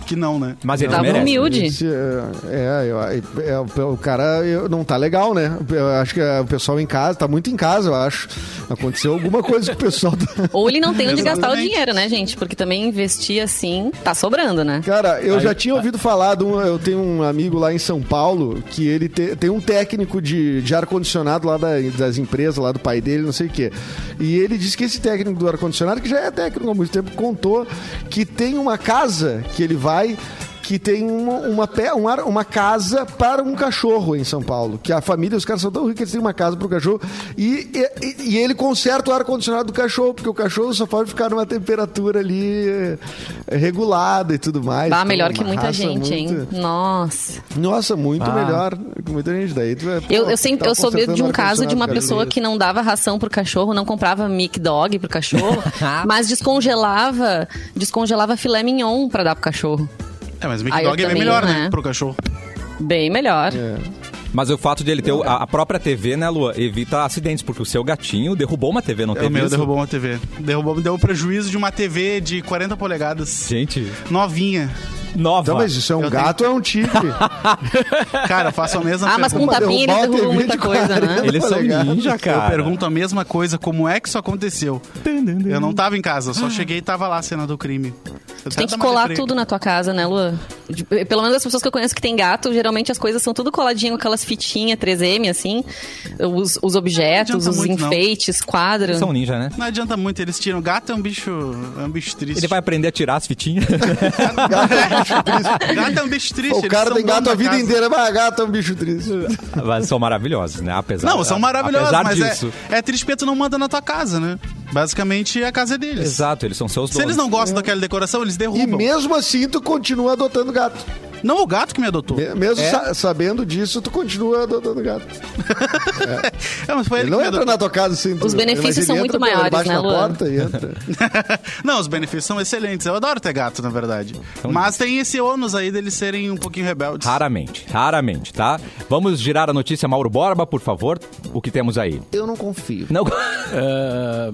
Speaker 3: que não, né?
Speaker 1: Mas ele
Speaker 2: Tava
Speaker 1: merece.
Speaker 2: humilde.
Speaker 4: Esse, é, é, eu- é, o- o cara eu- não tá legal, né? Eu acho que é, o pessoal em casa, tá muito em casa, eu acho. Aconteceu alguma coisa que o pessoal. tá-
Speaker 2: Ou ele não tem onde gastar o
Speaker 3: Exatamente.
Speaker 2: dinheiro, né, gente? Porque também investir assim tá sobrando, né?
Speaker 4: Cara, eu já tinha ouvido falar de um. Eu tenho um amigo lá em São Paulo que ele te- tem um técnico de, de ar-condicionado lá da- das empresas, lá do pai dele, não sei o quê. E ele disse que esse técnico do ar-condicionado, que já é técnico há muito tempo, contou que tem uma casa que ele vai que tem uma, uma, pe- um ar- uma casa para um cachorro em São Paulo. Que a família, os caras são tão ricos que eles têm uma casa para o cachorro. E, e- e ele conserta o ar-condicionado do cachorro, porque o cachorro só pode ficar numa temperatura ali eh, regulada e tudo mais.
Speaker 2: Bah,
Speaker 4: Então,
Speaker 2: melhor
Speaker 4: uma
Speaker 2: que muita
Speaker 4: raça
Speaker 2: gente, hein?
Speaker 4: muito-
Speaker 2: Nossa.
Speaker 4: Nossa, muito melhor que muita gente. Daí tu vai,
Speaker 2: Eu,
Speaker 4: pô,
Speaker 2: eu, sempre,
Speaker 4: tá
Speaker 2: eu soube de
Speaker 4: consertando
Speaker 2: um
Speaker 4: o
Speaker 2: caso de uma
Speaker 4: ar-condicionado,
Speaker 2: pessoa
Speaker 4: cara.
Speaker 2: que não dava ração pro cachorro, não comprava mic dog pro cachorro,
Speaker 4: Ah.
Speaker 2: mas descongelava, descongelava filé mignon pra dar pro cachorro.
Speaker 3: É, mas o
Speaker 2: Ah,
Speaker 3: Mickey
Speaker 2: eu
Speaker 3: Dog é bem
Speaker 2: também,
Speaker 3: melhor, né?
Speaker 2: né?
Speaker 3: Pro cachorro.
Speaker 2: Bem melhor.
Speaker 4: É.
Speaker 1: Mas o fato de ele ter o- a, a própria TV, né, Lua, evita acidentes, porque o seu gatinho derrubou uma TV, não teve
Speaker 3: É, O meu
Speaker 1: isso?
Speaker 3: derrubou uma TV. Derrubou, me deu um prejuízo de uma TV de 40 polegadas.
Speaker 1: Gente,
Speaker 3: Novinha.
Speaker 1: nova.
Speaker 4: Então, mas isso é um
Speaker 3: Eu
Speaker 4: gato ou é um tigre?
Speaker 3: Cara, eu faço a mesma
Speaker 2: Ah, mas com
Speaker 3: pergunta.
Speaker 2: tapinha eles
Speaker 4: derrubar a
Speaker 2: derrubam
Speaker 4: TV
Speaker 2: muita
Speaker 4: de
Speaker 2: coisa, né?
Speaker 4: 40.
Speaker 1: Eles são
Speaker 4: Legal.
Speaker 1: ninja, cara.
Speaker 3: tá Eu pergunto a mesma coisa, como é que isso aconteceu? Eu não tava em casa,
Speaker 4: Ah.
Speaker 3: só cheguei e tava lá a cena do crime. Eu
Speaker 2: Tu tem
Speaker 3: até
Speaker 2: que
Speaker 3: tomei
Speaker 2: colar
Speaker 3: freio.
Speaker 2: tudo na tua casa, né, Luan? De- Pelo menos as pessoas que eu conheço que tem gato, geralmente as coisas são tudo coladinho com aquelas fitinhas 3M, assim. Os, os objetos,
Speaker 3: Não adianta
Speaker 2: os
Speaker 3: muito, não.
Speaker 2: enfeites, quadros.
Speaker 1: São ninja, né?
Speaker 3: Não adianta muito, eles tiram. Gato é um bicho, é um bicho triste.
Speaker 1: Ele vai aprender a tirar as fitinhas.
Speaker 3: Gato é um bicho triste.
Speaker 4: o
Speaker 3: eles
Speaker 4: cara
Speaker 3: são
Speaker 4: tem gato
Speaker 3: dono
Speaker 4: a
Speaker 3: da
Speaker 4: vida
Speaker 3: casa.
Speaker 4: inteira, mas gato é um bicho triste.
Speaker 1: Mas são maravilhosos, né? Apesar,
Speaker 3: Não, são maravilhosos,
Speaker 1: apesar
Speaker 3: mas
Speaker 1: disso.
Speaker 3: é, é triste porque tu não manda na tua casa, né? Basicamente, a casa é deles.
Speaker 1: Exato, eles são seus
Speaker 3: Se
Speaker 1: donos.
Speaker 3: eles não gostam daquela decoração, eles
Speaker 4: E
Speaker 3: derrubam.
Speaker 4: mesmo assim, tu continua adotando gato.
Speaker 3: Não o gato que me adotou.
Speaker 4: Me- Mesmo
Speaker 1: É.
Speaker 4: sa- sabendo disso, tu continua adotando gato.
Speaker 3: É, mas foi ele que
Speaker 4: Ele não
Speaker 3: me
Speaker 4: entra
Speaker 3: adotou.
Speaker 4: na tua casa sem tu-
Speaker 2: Os benefícios
Speaker 4: mas ele
Speaker 2: são muito
Speaker 4: entra pela-
Speaker 2: maiores,
Speaker 4: bate
Speaker 2: né,
Speaker 4: na
Speaker 2: Luan?
Speaker 4: porta e entra.
Speaker 3: Não, os benefícios são excelentes. Eu adoro ter gato, na verdade.
Speaker 1: Então-
Speaker 3: Mas tem esse ônus aí deles serem um pouquinho rebeldes.
Speaker 1: Raramente, raramente, tá? Vamos girar a notícia, Mauro Borba, por favor. O que temos aí?
Speaker 4: Eu não confio.
Speaker 1: Não...
Speaker 5: É,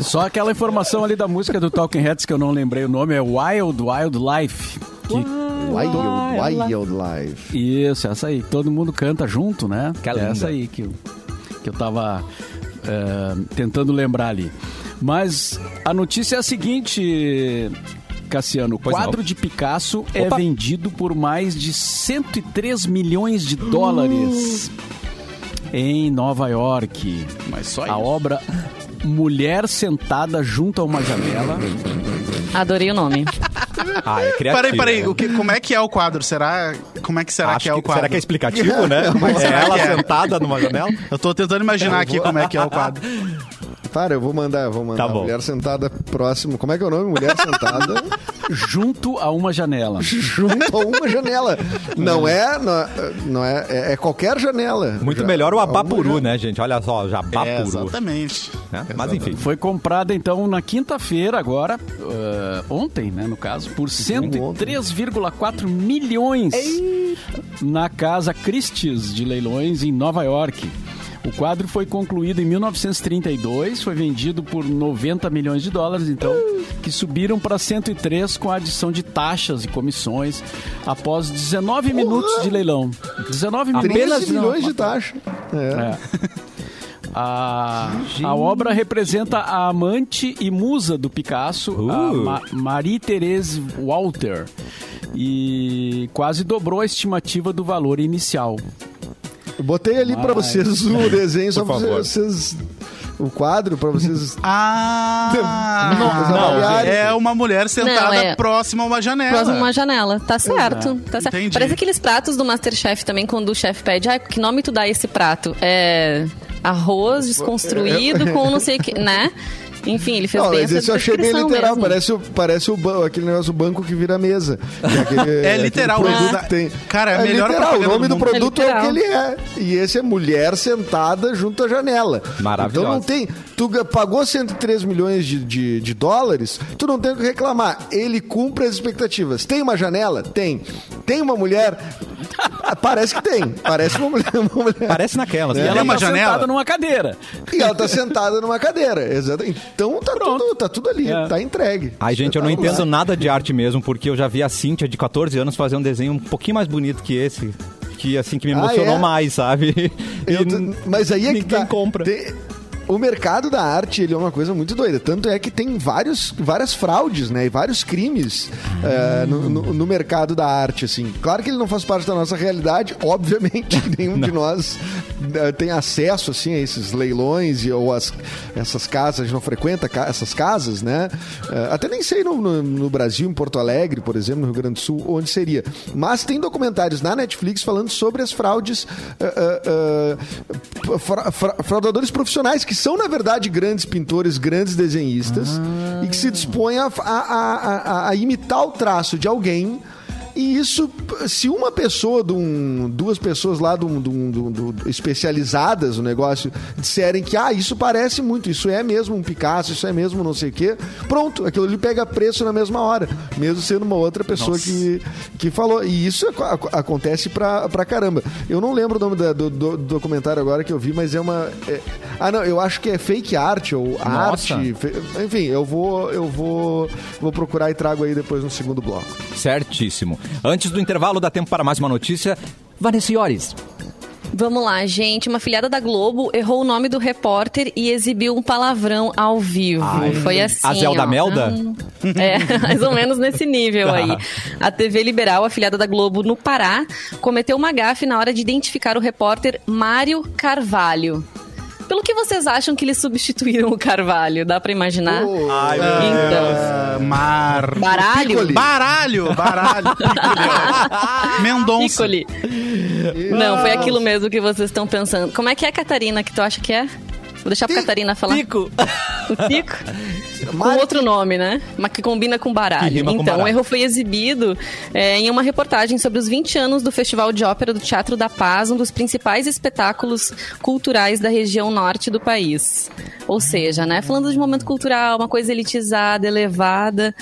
Speaker 5: só aquela informação ali da música do Talking Heads que eu não lembrei o nome, é Wild Wildlife. Que,
Speaker 4: Wild, wildlife.
Speaker 5: isso, essa aí. Todo mundo canta junto, né?
Speaker 1: Que
Speaker 5: é
Speaker 1: linda.
Speaker 5: essa aí que, eu- que eu tava é, tentando lembrar ali. Mas a notícia é a seguinte, Cassiano. O
Speaker 1: Pois não.
Speaker 5: quadro de Picasso é
Speaker 1: Opa.
Speaker 5: vendido por mais de 103 milhões de dólares
Speaker 1: Uh.
Speaker 5: em Nova York.
Speaker 3: Mas só
Speaker 5: A
Speaker 3: isso.
Speaker 5: obra Mulher Sentada Junto a uma Janela.
Speaker 2: Adorei o nome.
Speaker 1: Ah, é criativo.
Speaker 3: Peraí, peraí.
Speaker 1: né?
Speaker 3: O que, como é que é o quadro? Será, como é que será
Speaker 1: Acho
Speaker 3: que é o quadro?
Speaker 1: Será que é explicativo, né? é
Speaker 3: será
Speaker 1: ela
Speaker 3: que é?
Speaker 1: sentada numa janela?
Speaker 3: Eu tô tentando imaginar aqui como é que é o quadro.
Speaker 4: Para, eu vou mandar, eu vou mandar.
Speaker 1: Tá bom.
Speaker 4: Mulher sentada próximo. Como é que é o nome? Mulher sentada
Speaker 5: junto a uma janela.
Speaker 4: junto a uma janela. Não é, não, não é, é, é qualquer janela.
Speaker 1: Muito
Speaker 4: Já-
Speaker 1: melhor o
Speaker 4: a uma
Speaker 1: Abapuru,
Speaker 4: janela.
Speaker 1: né, gente? Olha só,
Speaker 3: É,
Speaker 1: Jabapuru.
Speaker 3: exatamente.
Speaker 1: né? Mas enfim.
Speaker 5: Foi comprada então na quinta-feira agora, eh, ontem, né, no caso, por 103,4 milhões na casa Christie's de leilões em Nova York. O quadro foi concluído em 1932, foi vendido por 90 milhões de dólares, então,
Speaker 4: Uh!
Speaker 5: que subiram para 103 com a adição de taxas e comissões após 19 minutos de leilão. 19 minutos.
Speaker 4: 13
Speaker 5: não,
Speaker 4: milhões de taxa. É.
Speaker 5: é. A, a obra representa a amante e musa do Picasso, a
Speaker 1: Uh.
Speaker 5: Ma- Marie-Thérèse Walter. E quase dobrou a estimativa do valor inicial.
Speaker 4: Eu botei ali pra vocês o desenho, só
Speaker 1: Por
Speaker 4: pra
Speaker 1: favor.
Speaker 4: vocês. O quadro pra vocês.
Speaker 3: Ah!
Speaker 4: Não, não, gente.
Speaker 3: é uma mulher sentada
Speaker 2: Não, é-
Speaker 3: próxima a uma janela.
Speaker 2: Próximo uma janela. Tá certo.
Speaker 4: é.
Speaker 2: Tá certo.
Speaker 3: Entendi.
Speaker 2: Parece aqueles pratos do Masterchef também, quando o chefe pede, ah, que nome tu dá esse prato? É. Arroz desconstruído com não sei o que, né? Enfim, ele fez
Speaker 4: é, Não,
Speaker 2: bem
Speaker 4: mas
Speaker 2: essa
Speaker 4: esse eu achei bem
Speaker 2: descrição
Speaker 4: literal.
Speaker 2: mesmo.
Speaker 4: Parece, o- parece o, ban- aquele negócio, o banco que vira mesa. Que é aquele-
Speaker 3: É literal,
Speaker 4: aquele produto
Speaker 3: né?
Speaker 4: que tem.
Speaker 3: Cara, é a melhor
Speaker 4: literal. O
Speaker 3: propaganda do
Speaker 4: nome do,
Speaker 3: mundo.
Speaker 4: produto
Speaker 2: É
Speaker 4: é, o
Speaker 2: literal.
Speaker 4: que ele é. E esse é mulher sentada junto à janela.
Speaker 1: Maravilhosa.
Speaker 4: Então não tem. Tu ga- pagou 103 milhões de, de, de dólares, tu não tem o que reclamar. Ele cumpre as expectativas. Tem uma janela? Tem. Tem uma mulher? Parece que tem. Parece uma mulher. Uma mulher.
Speaker 1: Parece naquelas.
Speaker 5: E
Speaker 1: né?
Speaker 5: ela
Speaker 3: É. uma
Speaker 5: está
Speaker 3: janela?
Speaker 5: sentada numa cadeira.
Speaker 4: E ela tá sentada numa cadeira. Exato. Então tá tudo, tá tudo ali,
Speaker 5: É.
Speaker 4: tá entregue.
Speaker 1: Ai, gente, eu não
Speaker 4: Espetacular.
Speaker 1: entendo nada de arte mesmo, porque eu já vi a Cíntia de 14 anos fazer um desenho um pouquinho mais bonito que esse. Que assim, que me
Speaker 4: Ah,
Speaker 1: emocionou
Speaker 4: é?
Speaker 1: mais, sabe? E
Speaker 4: Eu tô- mas aí é que
Speaker 1: ninguém
Speaker 4: tá,
Speaker 1: compra.
Speaker 4: tem- o mercado da arte ele é uma coisa muito doida. Tanto é que tem vários, várias fraudes, né? E vários crimes eh, no, no- no mercado da arte, assim. Claro que ele não faz parte da nossa realidade, obviamente. Nenhum de nós eh, tem acesso, assim, a esses leilões e, ou as, essas casas. A gente não frequenta ca- essas casas, né? Eh, até nem sei no, no- no Brasil, em Porto Alegre, por exemplo, no Rio Grande do Sul, onde seria. Mas tem documentários na Netflix falando sobre as fraudes eh, eh, eh, fra- fra- fraudadores profissionais que são, na verdade, grandes pintores, grandes desenhistas e que se dispõem a, a- a- a- a imitar o traço de alguém. E, E isso, se uma pessoa, de um, duas pessoas lá de um, de um- de um- de um- especializadas no negócio disserem que, ah, isso parece muito, isso é mesmo um Picasso, isso é mesmo não sei o quê, pronto, aquilo ali pega preço na mesma hora, mesmo sendo uma outra pessoa
Speaker 3: Nossa.
Speaker 4: que, que falou. E isso ac- ac- acontece pra, pra caramba. Eu não lembro o nome da- do, do- do documentário agora que eu vi, mas é uma. é- Ah, não, eu acho que é fake art ou
Speaker 5: Nossa.
Speaker 4: arte. fe- Enfim, eu vou, eu vou, vou procurar e trago aí depois no segundo bloco.
Speaker 1: Certíssimo. Antes do intervalo, dá tempo para mais uma notícia. Vanessa Iores.
Speaker 2: Vamos lá, gente. Uma filhada da Globo errou o nome do repórter e exibiu um palavrão ao vivo. Foi assim.
Speaker 1: A Zelda
Speaker 2: ó.
Speaker 1: Melda?
Speaker 2: É, mais ou menos nesse nível
Speaker 1: Tá.
Speaker 2: aí. A TV Liberal, afiliada da Globo no Pará, cometeu uma gafe na hora de identificar o repórter Mário Carvalho. Pelo que vocês acham que eles substituíram o Carvalho? Dá pra imaginar?
Speaker 1: Ai, meu
Speaker 2: então,
Speaker 3: Ah, mar.
Speaker 2: baralho?
Speaker 3: Baralho, baralho. Piccoli. Mendonça.
Speaker 2: Piccoli. Não, foi aquilo mesmo que vocês estão pensando. Como é que é, Catarina, que tu acha que é? Vou deixar pra Catarina falar.
Speaker 1: Pico.
Speaker 2: O Tico? com outro nome, né? Mas que combina com baralho.
Speaker 1: Que rima com
Speaker 2: então,
Speaker 1: baralho.
Speaker 2: o erro foi exibido é, em uma reportagem sobre os 20 anos do Festival de Ópera do Teatro da Paz, um dos principais espetáculos culturais da região norte do país. Ou seja, né? Falando de momento cultural, uma coisa elitizada, elevada.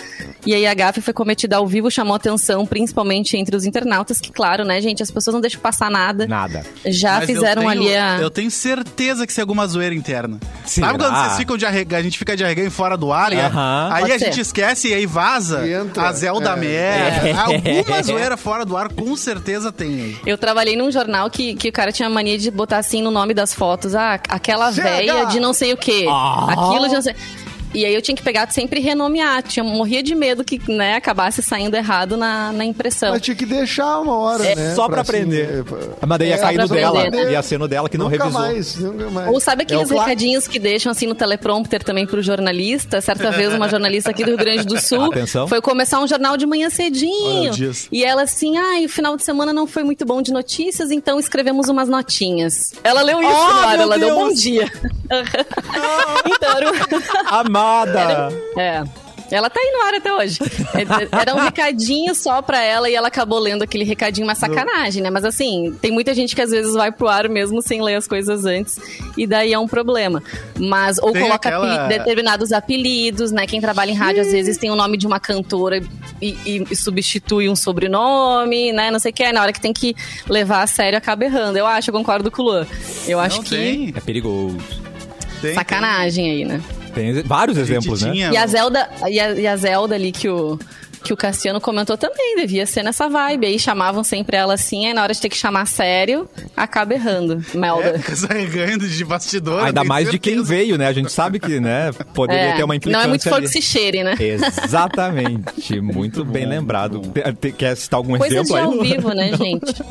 Speaker 2: E aí a gafe foi cometida ao vivo, chamou atenção, principalmente entre os internautas, que, claro, né, gente, as pessoas não deixam passar nada.
Speaker 1: Nada.
Speaker 2: Já
Speaker 3: Mas eu
Speaker 2: fizeram
Speaker 3: tenho-
Speaker 2: ali a.
Speaker 3: Eu tenho certeza que isso é alguma zoeira interna.
Speaker 1: Será?
Speaker 3: Sabe quando vocês ficam de arregão, a gente fica de arregão e fora do ar, e
Speaker 1: ah. Aham.
Speaker 3: aí
Speaker 2: Pode
Speaker 3: a
Speaker 2: ser.
Speaker 3: gente esquece e aí vaza
Speaker 4: E entra.
Speaker 3: a Zelda
Speaker 4: É.
Speaker 3: Mer.
Speaker 1: É.
Speaker 3: Alguma zoeira fora do ar, com certeza tem aí.
Speaker 2: Eu trabalhei num jornal que, que o cara tinha mania de botar assim no nome das fotos. Ah, aquela
Speaker 4: Chega! Ah.
Speaker 2: véia de não sei o quê. Aquilo de não sei. E aí eu tinha que pegar sempre e renomear. Tinha, morria de medo que né, acabasse saindo errado na, na impressão.
Speaker 4: Mas tinha que deixar uma hora,
Speaker 2: É
Speaker 4: né?
Speaker 1: Só pra aprender.
Speaker 4: assim, é, pra-
Speaker 1: Mas daí ia
Speaker 4: É,
Speaker 1: cair
Speaker 2: pra
Speaker 1: no dela.
Speaker 2: aprender.
Speaker 1: Ia ser no dela que não
Speaker 4: nunca
Speaker 1: revisou.
Speaker 4: mais, nunca mais.
Speaker 2: Ou sabe aqueles
Speaker 4: É o cla-
Speaker 2: recadinhos que deixam assim no teleprompter também pro jornalista? Certa vez uma jornalista aqui do Rio Grande do Sul
Speaker 1: Atenção.
Speaker 2: foi começar um jornal de manhã
Speaker 3: Olha
Speaker 2: cedinho.
Speaker 3: o disso.
Speaker 2: E ela assim, ai, o final de semana não foi muito bom de notícias, então escrevemos umas notinhas. Ela leu isso,
Speaker 1: Ah,
Speaker 2: claro,
Speaker 1: meu
Speaker 2: ela deu
Speaker 1: Deus!
Speaker 2: bom dia. então era um...
Speaker 1: Amada.
Speaker 2: É. Ela tá aí no ar até hoje. É, Era um recadinho só pra ela e ela acabou lendo aquele recadinho, uma sacanagem, né? Mas assim, tem muita gente que às vezes vai pro ar mesmo sem ler as coisas antes e daí é um problema. Mas, ou
Speaker 3: Tem
Speaker 2: coloca
Speaker 3: aquela-
Speaker 2: apeli- determinados apelidos, né? Quem trabalha em rádio às vezes tem o nome de uma cantora e, e- e substitui um sobrenome, né? Não sei o que. Aí na hora que tem que levar a sério acaba errando. Eu acho, eu concordo com o Luan. Eu acho
Speaker 3: Não,
Speaker 2: que.
Speaker 3: tem,
Speaker 1: É perigoso.
Speaker 3: tem,
Speaker 2: Sacanagem aí, né?
Speaker 1: Tem vários
Speaker 3: tem.
Speaker 1: exemplos, né?
Speaker 3: Tinha
Speaker 2: E a
Speaker 3: o-
Speaker 2: Zelda, e a, e a Zelda ali que o, que o Cassiano comentou também, devia ser nessa vibe. Aí chamavam sempre ela assim, aí na hora de ter que chamar a sério, acaba errando. Melda.
Speaker 3: épocas É, arregando de bastidor.
Speaker 1: Ainda
Speaker 3: tenho
Speaker 1: mais de quem
Speaker 3: certeza.
Speaker 1: veio, né? A gente sabe que, né? Poderia
Speaker 2: É,
Speaker 1: ter uma
Speaker 2: não
Speaker 1: implicância
Speaker 2: é muito forte
Speaker 1: ali. É,
Speaker 2: que se cheire, né?
Speaker 1: Exatamente. Muito bem lembrado. Te- te- Quer citar algum
Speaker 2: Coisas de
Speaker 1: um exemplo aí?
Speaker 2: ao
Speaker 1: Lu?
Speaker 2: vivo, né, gente?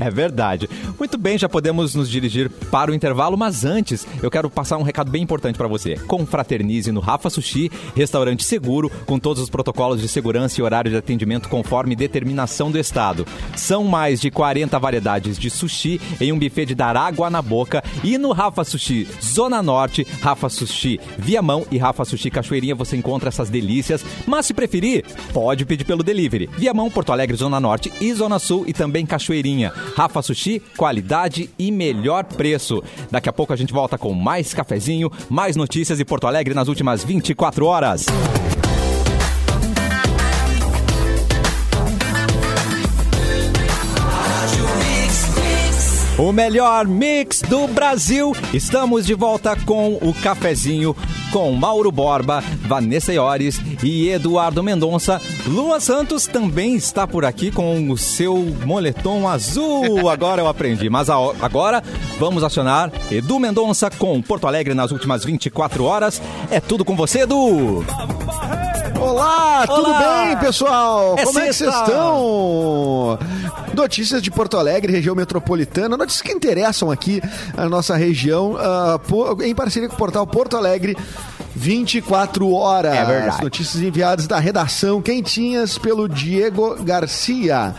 Speaker 1: É verdade. Muito bem, já podemos nos dirigir para o intervalo, mas antes eu quero passar um recado bem importante para você. Confraternize no Rafa Sushi, restaurante seguro, com todos os protocolos de segurança e horário de atendimento conforme determinação do Estado. São mais de 40 variedades de sushi em um buffet de dar água na boca e no Rafa Sushi Zona Norte, Rafa Sushi Viamão e Rafa Sushi Cachoeirinha você encontra essas delícias, mas se preferir, pode pedir pelo delivery. Viamão, Porto Alegre, Zona Norte e Zona Sul e também Cachoeirinha. Rafa Sushi, qualidade e melhor preço. Daqui a pouco a gente volta com mais cafezinho, mais notícias e Porto Alegre nas últimas 24 horas. O melhor mix do Brasil. Estamos de volta com o cafezinho com Mauro Borba, Vanessa Iores e Eduardo Mendonça. Lua Santos também está por aqui com o seu moletom azul. Agora eu aprendi, mas a- agora vamos acionar Edu Mendonça com Porto Alegre nas últimas 24 horas. É tudo com você, Edu.
Speaker 4: Olá, tudo
Speaker 1: Olá!
Speaker 4: bem, pessoal?
Speaker 1: É
Speaker 4: Como é que
Speaker 1: sexta!
Speaker 4: vocês estão? Notícias de Porto Alegre, região metropolitana, notícias que interessam aqui a nossa região, ah, po- em parceria com o portal Porto Alegre. 24 horas.
Speaker 1: É verdade.
Speaker 4: Notícias enviadas da redação, quentinhas pelo Diego Garcia.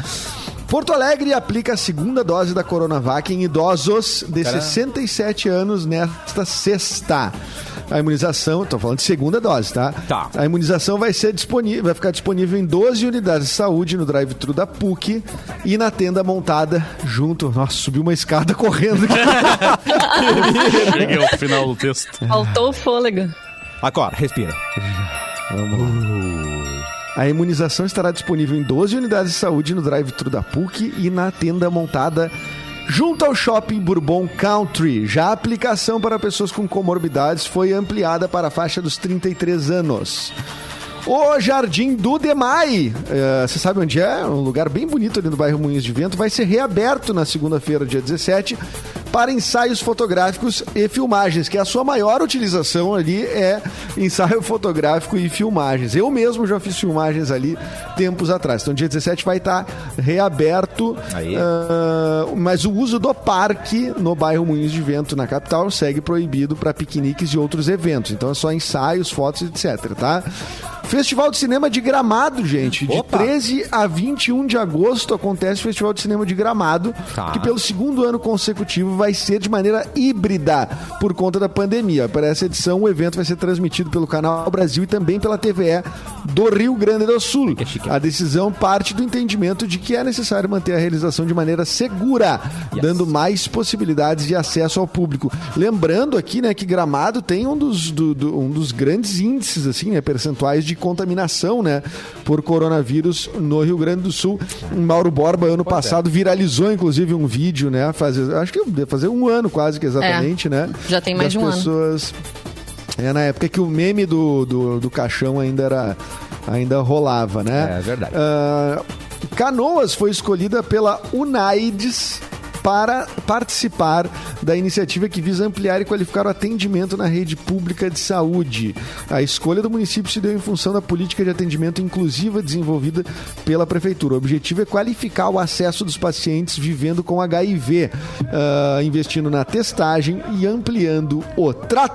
Speaker 4: Porto Alegre aplica a segunda dose da Coronavac em idosos de 67 anos nesta sexta. a imunização, estou falando de segunda dose, tá?
Speaker 1: Tá.
Speaker 4: A imunização vai ser disponível, vai ficar disponível em 12 unidades de saúde no drive-thru da PUC e na tenda montada junto. Nossa, subiu uma escada correndo.
Speaker 3: Cheguei ao final do texto.
Speaker 2: Faltou o fôlego.
Speaker 1: Agora, respira.
Speaker 4: A imunização estará disponível em 12 unidades de saúde no drive-thru da PUC e na tenda montada junto ao Shopping Bourbon Country. Já a aplicação para pessoas com comorbidades foi ampliada para a faixa dos 33 anos. O Jardim do Demai, eh, você sabe onde é? Um lugar bem bonito ali no bairro Moinhos de Vento. Vai ser reaberto na segunda-feira, dia 17, para ensaios fotográficos e filmagens, que é a sua maior utilização ali é ensaio fotográfico e filmagens. Eu mesmo já fiz filmagens ali tempos atrás. Então, dia 17 vai estar reaberto.
Speaker 1: Aí.
Speaker 4: Ah, mas o uso do parque no bairro Moinhos de Vento, na capital, segue proibido para piqueniques e outros eventos. Então é só ensaios, fotos, etc, tá? Festival de Cinema de Gramado, gente. De
Speaker 1: Opa!
Speaker 4: 13 a 21 de agosto acontece o Festival de Cinema de Gramado,
Speaker 1: Tá.
Speaker 4: que pelo segundo ano consecutivo vai ser de maneira híbrida por conta da pandemia. Para essa edição, o evento vai ser transmitido pelo canal Brasil e também pela TVE do Rio Grande do Sul.
Speaker 1: Chique, né? chique.
Speaker 4: A decisão parte do entendimento de que é necessário manter a realização de maneira segura, dando mais possibilidades de acesso ao público. Lembrando aqui, né, que Gramado tem um dos, do- do- um dos grandes índices, assim, né, percentuais de contaminação, né, por coronavírus no Rio Grande do Sul. Um Mauro Borba, ano
Speaker 2: é.
Speaker 4: passado, viralizou, inclusive, um vídeo, né, faz, acho que deve fazer um ano quase que exatamente, né?
Speaker 2: É. já tem mais
Speaker 4: das
Speaker 2: de um ano.
Speaker 4: pessoas... É na época que o meme do, do, do caixão ainda era ainda rolava, né?
Speaker 1: É verdade.
Speaker 4: Ah, Canoas foi escolhida pela UNAIDS para participar da iniciativa que visa ampliar e qualificar o atendimento na rede pública de saúde. A escolha do município se deu em função da política de atendimento inclusiva desenvolvida pela prefeitura. O objetivo é qualificar o acesso dos pacientes vivendo com HIV, ah, investindo na testagem e ampliando o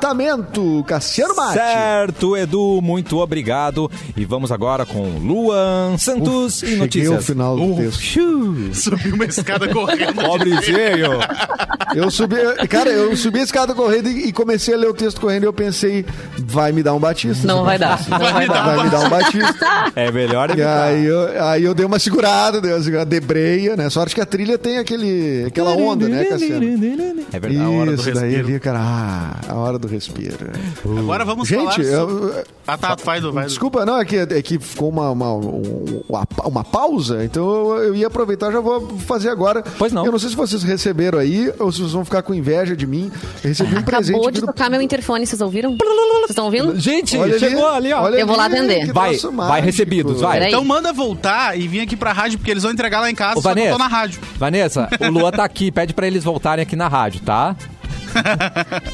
Speaker 4: tratamento. Cassiano Mate.
Speaker 1: Certo, Edu, muito obrigado. E vamos agora com Luan Santos e
Speaker 4: Cheguei ao
Speaker 1: notícias.
Speaker 4: final do
Speaker 1: Uf,
Speaker 4: texto.
Speaker 1: xiu.
Speaker 3: Subi uma escada correndo.
Speaker 1: Pobrezinho.
Speaker 4: Eu subi, cara, eu subi a escada correndo e e comecei a ler o texto correndo e eu pensei, vai me dar um Batista.
Speaker 2: Não vai dar. Não vai,
Speaker 3: me
Speaker 2: dar.
Speaker 4: Vai me dar um Batista.
Speaker 1: É melhor
Speaker 4: E
Speaker 1: evitar.
Speaker 4: aí eu, aí eu dei uma segurada, dei uma segurada, debreia, né? Sorte que a trilha tem aquele, aquela onda, né, Cassiano?
Speaker 1: É verdade.
Speaker 3: A hora do
Speaker 4: Isso, daí
Speaker 3: respiro.
Speaker 4: ali, cara, ah, a hora do respiro.
Speaker 3: Agora vamos falar.
Speaker 4: Gente,
Speaker 3: sobre-
Speaker 4: eu,
Speaker 3: Ah, tá, faz, faz.
Speaker 4: Desculpa, não, é que, é que ficou uma, uma, uma, uma pausa, então eu, eu ia aproveitar, já vou fazer agora.
Speaker 1: Pois não.
Speaker 4: Eu não sei se vocês receberam aí, ou se vocês vão ficar com inveja de mim. Eu recebi um presente.
Speaker 2: Acabou de
Speaker 4: aqui do-
Speaker 2: tocar meu interfone, vocês ouviram? Vocês estão ouvindo?
Speaker 1: Gente,
Speaker 4: Olha ali,
Speaker 1: chegou ali, ó.
Speaker 4: olha
Speaker 2: Eu vou lá
Speaker 4: ali,
Speaker 2: atender.
Speaker 4: que
Speaker 1: Vai,
Speaker 4: troço
Speaker 1: vai
Speaker 4: mágico. É
Speaker 1: recebidos, vai.
Speaker 2: Peraí.
Speaker 3: Então manda voltar e vir aqui pra rádio, porque eles vão entregar lá em casa,
Speaker 1: Ô,
Speaker 3: só que eu tô
Speaker 1: Vanessa,
Speaker 3: na rádio.
Speaker 1: Vanessa, o Luan tá aqui, pede pra eles voltarem aqui na rádio, tá?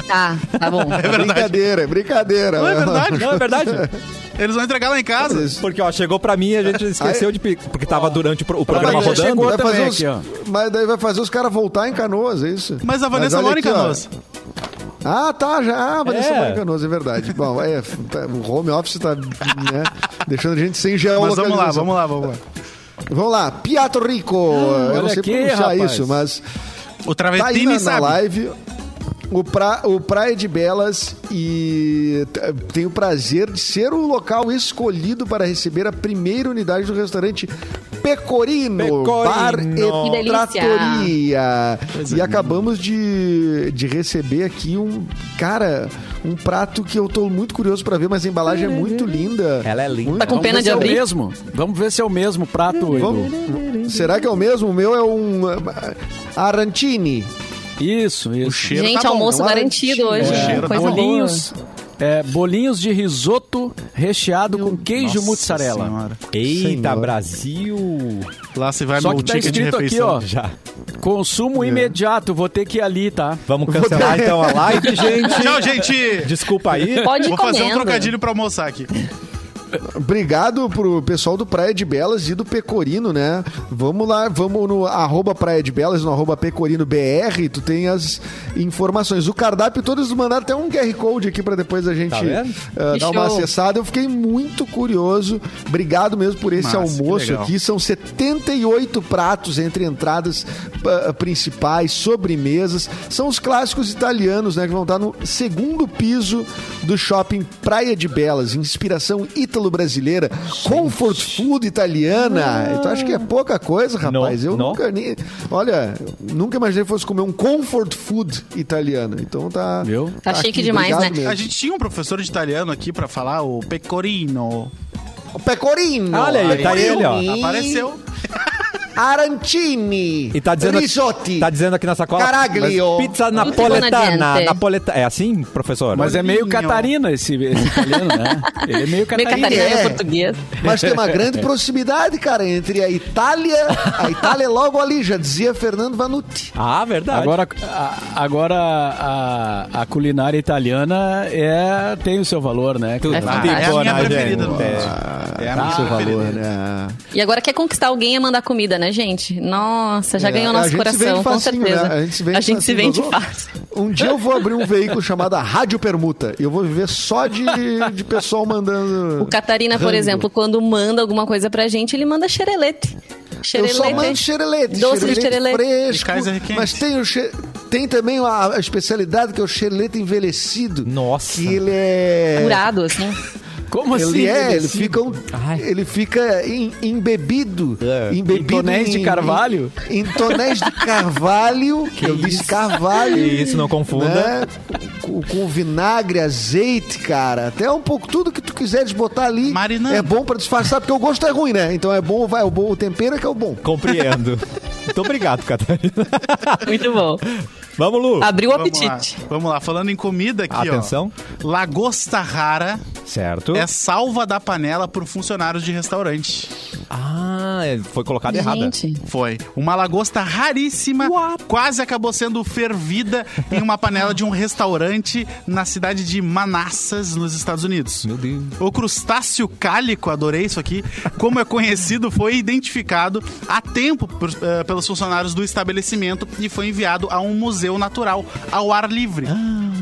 Speaker 2: Tá, tá bom.
Speaker 4: É brincadeira, é brincadeira.
Speaker 3: Não, é verdade.
Speaker 1: Não, é verdade.
Speaker 3: Eles vão entregar lá em casa.
Speaker 1: Porque, ó, chegou pra mim e a gente esqueceu de... pe- Porque tava durante o pro- o
Speaker 5: mim
Speaker 1: programa
Speaker 5: já
Speaker 4: Mas,
Speaker 1: rodando.
Speaker 5: chegou
Speaker 4: vai fazer
Speaker 5: também
Speaker 4: os-
Speaker 5: aqui, ó.
Speaker 4: mas daí vai fazer os caras voltar em Canoas, é isso?
Speaker 3: Mas a Vanessa
Speaker 4: olha
Speaker 3: mora em
Speaker 4: aqui, ó. Tá
Speaker 3: Canoas.
Speaker 4: Ah, tá, já. Ah, a Vanessa
Speaker 1: É.
Speaker 4: mora em Canoas, é verdade. Bom, é, tá- o home office tá né, deixando a gente sem
Speaker 3: Mas
Speaker 4: geolocalização.
Speaker 3: vamos lá, vamos lá, vamos lá.
Speaker 4: Vamos lá, Piato Rico. Eu
Speaker 5: Ah, olha
Speaker 4: não sei
Speaker 5: aqui,
Speaker 4: pronunciar
Speaker 5: rapaz.
Speaker 4: isso, mas
Speaker 3: O
Speaker 4: tá aí
Speaker 3: Travetini
Speaker 4: na, na
Speaker 3: sabe.
Speaker 4: live o, pra, o Praia de Belas e t- tenho o prazer de ser o local escolhido para receber a primeira unidade do restaurante Pecorino,
Speaker 1: Pecorino.
Speaker 4: Bar
Speaker 1: Que
Speaker 4: e
Speaker 2: delícia.
Speaker 4: Tratoria. E acabamos de, de receber aqui um, cara, um prato que eu tô muito curioso para ver, mas a embalagem é muito linda.
Speaker 1: Ela é linda.
Speaker 2: Tá com
Speaker 5: Vamos
Speaker 2: pena de
Speaker 5: ver se é o
Speaker 2: abrir?
Speaker 5: mesmo. Vamos ver se é o mesmo prato,
Speaker 4: Vamos-
Speaker 5: Edu.
Speaker 4: Será que é o mesmo? O meu é um ah, Arancini.
Speaker 5: Isso, isso.
Speaker 3: cheiro
Speaker 2: Gente,
Speaker 3: tá bom,
Speaker 2: almoço
Speaker 4: não é
Speaker 2: garantido
Speaker 4: mentira.
Speaker 2: hoje.
Speaker 3: O cheiro tá
Speaker 2: Coisa boa.
Speaker 5: bolinhos, é, bolinhos de risoto recheado com queijo
Speaker 3: Nossa
Speaker 5: mozzarella.
Speaker 3: Senhora.
Speaker 1: Eita,
Speaker 4: Senhora.
Speaker 1: Brasil!
Speaker 3: Lá se vai
Speaker 5: Só
Speaker 3: meu
Speaker 5: que tá
Speaker 3: ticket de
Speaker 5: escrito aqui,
Speaker 3: refeição.
Speaker 5: ó.
Speaker 1: Já.
Speaker 5: Consumo
Speaker 3: É.
Speaker 5: imediato, vou ter que ir ali, tá?
Speaker 1: Vamos cancelar então a live, gente.
Speaker 3: Tchau, gente!
Speaker 1: Desculpa aí.
Speaker 2: Pode ir
Speaker 3: Vou fazer um
Speaker 2: comendo.
Speaker 3: trocadilho pra almoçar aqui.
Speaker 4: Obrigado pro pessoal do Praia de Belas e do Pecorino, né? Vamos lá, vamos no arroba Praia de Belas, no arroba Pecorino BR, tu tem as informações. O cardápio, todos mandaram até um QR Code aqui pra depois a gente
Speaker 1: Tá vendo?
Speaker 4: ah,
Speaker 2: Que
Speaker 4: dar uma
Speaker 2: show.
Speaker 4: acessada. Eu fiquei muito curioso. Obrigado mesmo por esse
Speaker 3: Massa, que
Speaker 4: almoço
Speaker 3: legal.
Speaker 4: aqui. São 78 pratos entre entradas ah, principais, sobremesas. São os clássicos italianos, né? Que vão estar no segundo piso do shopping Praia de Belas. Inspiração ítalo-brasileira. Comfort food italiana. Então acho que é pouca coisa, rapaz.
Speaker 1: Não,
Speaker 4: eu
Speaker 1: não.
Speaker 4: nunca nem. Olha, eu nunca imaginei que fosse comer um comfort food italiano. Então tá.
Speaker 5: Viu?
Speaker 2: Tá chique demais,
Speaker 4: obrigado
Speaker 2: né?
Speaker 4: mesmo.
Speaker 3: A gente tinha um professor de italiano aqui pra falar, o Pecorino.
Speaker 4: O Pecorino.
Speaker 1: Olha aí, tá ele, ó.
Speaker 4: Pecorino,
Speaker 3: Apareceu.
Speaker 4: Arancini.
Speaker 1: E tá dizendo,
Speaker 4: Risotti.
Speaker 1: tá dizendo aqui na sacola.
Speaker 4: Caraglio.
Speaker 1: Pizza
Speaker 2: Tudo
Speaker 1: napoletana.
Speaker 2: bonadiente.
Speaker 1: Napoleta, é assim, professor?
Speaker 5: Mas é meio
Speaker 3: Bolinho.
Speaker 5: Catarina esse, esse italiano, né? Ele é meio
Speaker 2: Meio
Speaker 5: Catarina.
Speaker 2: catarina
Speaker 4: é.
Speaker 2: português.
Speaker 4: Mas tem uma grande proximidade, cara, entre a Itália. A Itália é logo ali, já dizia Fernando Vanucci.
Speaker 1: Ah, verdade.
Speaker 5: Agora, a, agora a, a culinária italiana é, tem o seu valor, né?
Speaker 1: Tudo
Speaker 5: cara?
Speaker 2: É
Speaker 1: bem,
Speaker 3: Ah, é a minha
Speaker 1: dona,
Speaker 3: preferida no
Speaker 1: gente. É.
Speaker 3: mundo. É a
Speaker 4: Ah,
Speaker 3: minha
Speaker 4: seu
Speaker 3: preferida.
Speaker 4: valor, né?
Speaker 2: E agora quer conquistar alguém e mandar comida, né, gente? Nossa, já
Speaker 4: É,
Speaker 2: ganhou
Speaker 4: a
Speaker 2: nosso
Speaker 4: gente se
Speaker 2: coração,
Speaker 4: vende
Speaker 2: com
Speaker 4: facinho,
Speaker 2: certeza.
Speaker 4: né? A gente se vende facinho,
Speaker 2: vende
Speaker 4: Dodô.
Speaker 2: fácil.
Speaker 4: Um dia eu vou abrir um veículo chamado Rádio Permuta. Eu vou viver só de, de pessoal mandando.
Speaker 2: O Catarina, por
Speaker 4: Rango.
Speaker 2: exemplo, quando manda alguma coisa pra gente, ele manda xerelete.
Speaker 4: Eu só mando
Speaker 2: Xerelete. é
Speaker 4: xerelete.
Speaker 2: Doce de xerelete.
Speaker 4: fresco.
Speaker 3: De Kaiser quente.
Speaker 4: Mas tem, o xe- tem também a, a especialidade que é o xerelete envelhecido.
Speaker 1: Nossa.
Speaker 4: Que ele é...
Speaker 2: Curado, assim.
Speaker 5: Como assim?
Speaker 4: Ele é, ele
Speaker 5: assim?
Speaker 4: fica, um-
Speaker 1: Ai.
Speaker 4: ele fica em- embebido.
Speaker 1: É.
Speaker 4: embebido
Speaker 5: Em tonéis de carvalho?
Speaker 4: Em, em tonéis de carvalho. eu disse carvalho.
Speaker 1: Isso, não confunda.
Speaker 4: né? Com, com vinagre, azeite, cara. Até um pouco, tudo que tu quiseres botar ali
Speaker 3: Marinando.
Speaker 4: é bom pra disfarçar, porque o gosto é ruim, né? Então é bom, vai, o bom, o tempero é que é o bom.
Speaker 1: Compreendo. Muito obrigado, Catarina.
Speaker 2: Muito bom.
Speaker 1: Vamos, Lu.
Speaker 2: Abriu o
Speaker 3: Vamos lá.
Speaker 2: apetite.
Speaker 3: Vamos lá, falando em comida aqui,
Speaker 1: Atenção.
Speaker 3: ó. Lagosta rara
Speaker 4: Hum?
Speaker 1: Certo.
Speaker 3: é salva da panela por funcionários de restaurante.
Speaker 1: Ah, foi colocada errada.
Speaker 2: Gente,
Speaker 3: Foi. Uma lagosta raríssima, quase acabou sendo fervida em uma panela de um restaurante na cidade de Manassas, nos Estados Unidos.
Speaker 1: Meu Deus.
Speaker 3: O crustáceo cálico, adorei isso aqui, como é conhecido, foi identificado a tempo por- eh, pelos funcionários do estabelecimento e foi enviado a um museu natural, ao ar livre.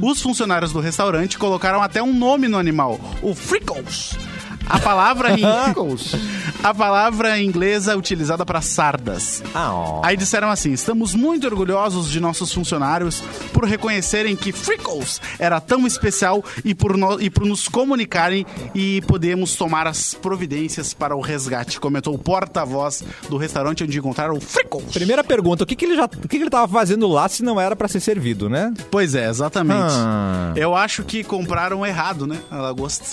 Speaker 3: Os funcionários do restaurante colocaram até um nome no animal, o Freckles. A palavra em,
Speaker 4: Gols.
Speaker 3: a palavra inglesa utilizada para sardas.
Speaker 1: Ah, ó.
Speaker 3: Aí disseram assim: estamos muito orgulhosos de nossos funcionários por reconhecerem que Freckles era tão especial e por, no- e por nos comunicarem e podemos tomar as providências para o resgate, comentou o porta-voz do restaurante onde encontraram o Freckles.
Speaker 1: Primeira pergunta, o que, que ele já, o que, que ele tava fazendo lá se não era pra ser servido, né?
Speaker 3: Pois é, exatamente.
Speaker 1: Ah.
Speaker 3: Eu acho que compraram errado, né? A lagosta.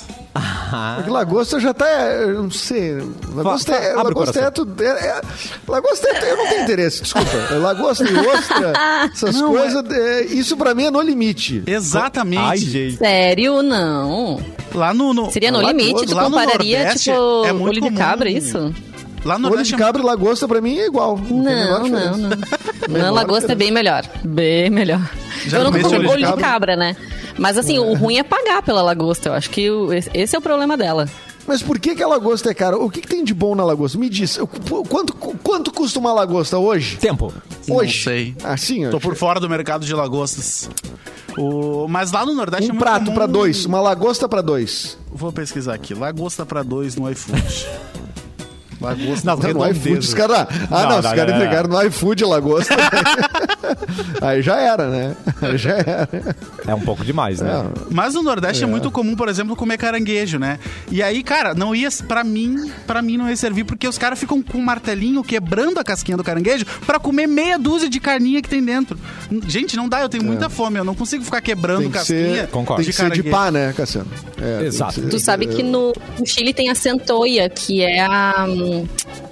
Speaker 4: Porque lagosta já tá. eu Não sei. Lagosta,
Speaker 1: Fa- fa-
Speaker 4: é,
Speaker 1: abre o
Speaker 4: lagosta é
Speaker 1: coração.
Speaker 4: tudo. é- é- lagosta é. Eu não tenho interesse, desculpa. É Lagosta e ostra, essas coisas. é, isso pra mim é no limite.
Speaker 3: Exatamente.
Speaker 1: Ai, gente.
Speaker 2: sério, não.
Speaker 3: Lá no. no-
Speaker 2: Seria no
Speaker 3: lá
Speaker 2: limite, tu
Speaker 3: lá no
Speaker 2: compararia,
Speaker 3: Nordeste,
Speaker 2: tipo,
Speaker 3: é muito
Speaker 2: olho de
Speaker 3: comum.
Speaker 2: cabra, isso?
Speaker 3: Lá no
Speaker 4: Olho
Speaker 3: Nordeste
Speaker 4: de
Speaker 3: é muito
Speaker 4: cabra e lagosta pra mim é igual. tem menor
Speaker 2: Não,
Speaker 4: diferença.
Speaker 2: não, não.
Speaker 4: Menor
Speaker 2: Não, lagosta é bem melhor. Bem melhor.
Speaker 3: Já
Speaker 2: eu nunca
Speaker 3: comeste
Speaker 2: como
Speaker 3: olho
Speaker 2: olho,
Speaker 3: de
Speaker 2: de cabra,
Speaker 4: cabra?
Speaker 2: né? Mas assim, o ruim é pagar pela lagosta. Eu acho que o- esse- esse é o problema dela.
Speaker 4: Mas por que, que a lagosta é cara? O que, que tem de bom na lagosta? Me diz, o- qu- quanto, quanto custa uma lagosta hoje?
Speaker 1: Tempo.
Speaker 4: Hoje.
Speaker 3: sei.
Speaker 4: Assim,
Speaker 3: Tô
Speaker 4: ó.
Speaker 3: por fora do mercado de lagostas. O... Mas lá no Nordeste é
Speaker 4: Um
Speaker 3: muito
Speaker 4: prato
Speaker 3: comum-
Speaker 4: pra dois, uma lagosta pra dois.
Speaker 3: Vou pesquisar aqui. Lagosta pra dois no iFood. Lagosta
Speaker 1: Nas
Speaker 4: Não, no iFood,
Speaker 1: redondezas.
Speaker 4: os caras. Ah, não,
Speaker 1: Não,
Speaker 4: os
Speaker 1: não,
Speaker 4: caras
Speaker 1: não, não.
Speaker 4: entregaram no iFood a lagosta. Aí já era, né? Aí já era.
Speaker 1: É um pouco demais, né?
Speaker 3: Mas no Nordeste é. muito comum, por exemplo, comer caranguejo, né? E aí, cara, não ia para mim, para mim não ia servir porque os caras ficam com um martelinho quebrando a casquinha do caranguejo pra comer meia dúzia de carninha que tem dentro. N- Gente, não dá, eu tenho muita fome, eu não consigo ficar quebrando
Speaker 4: É. Tem que
Speaker 3: casquinha
Speaker 4: ser,
Speaker 1: Concordo.
Speaker 4: tem que ser de pá, né, Cassiano? É, tem que
Speaker 1: Exato.
Speaker 4: ser-
Speaker 2: Tu sabe que no, no Chile tem a centoia, que é a. hum,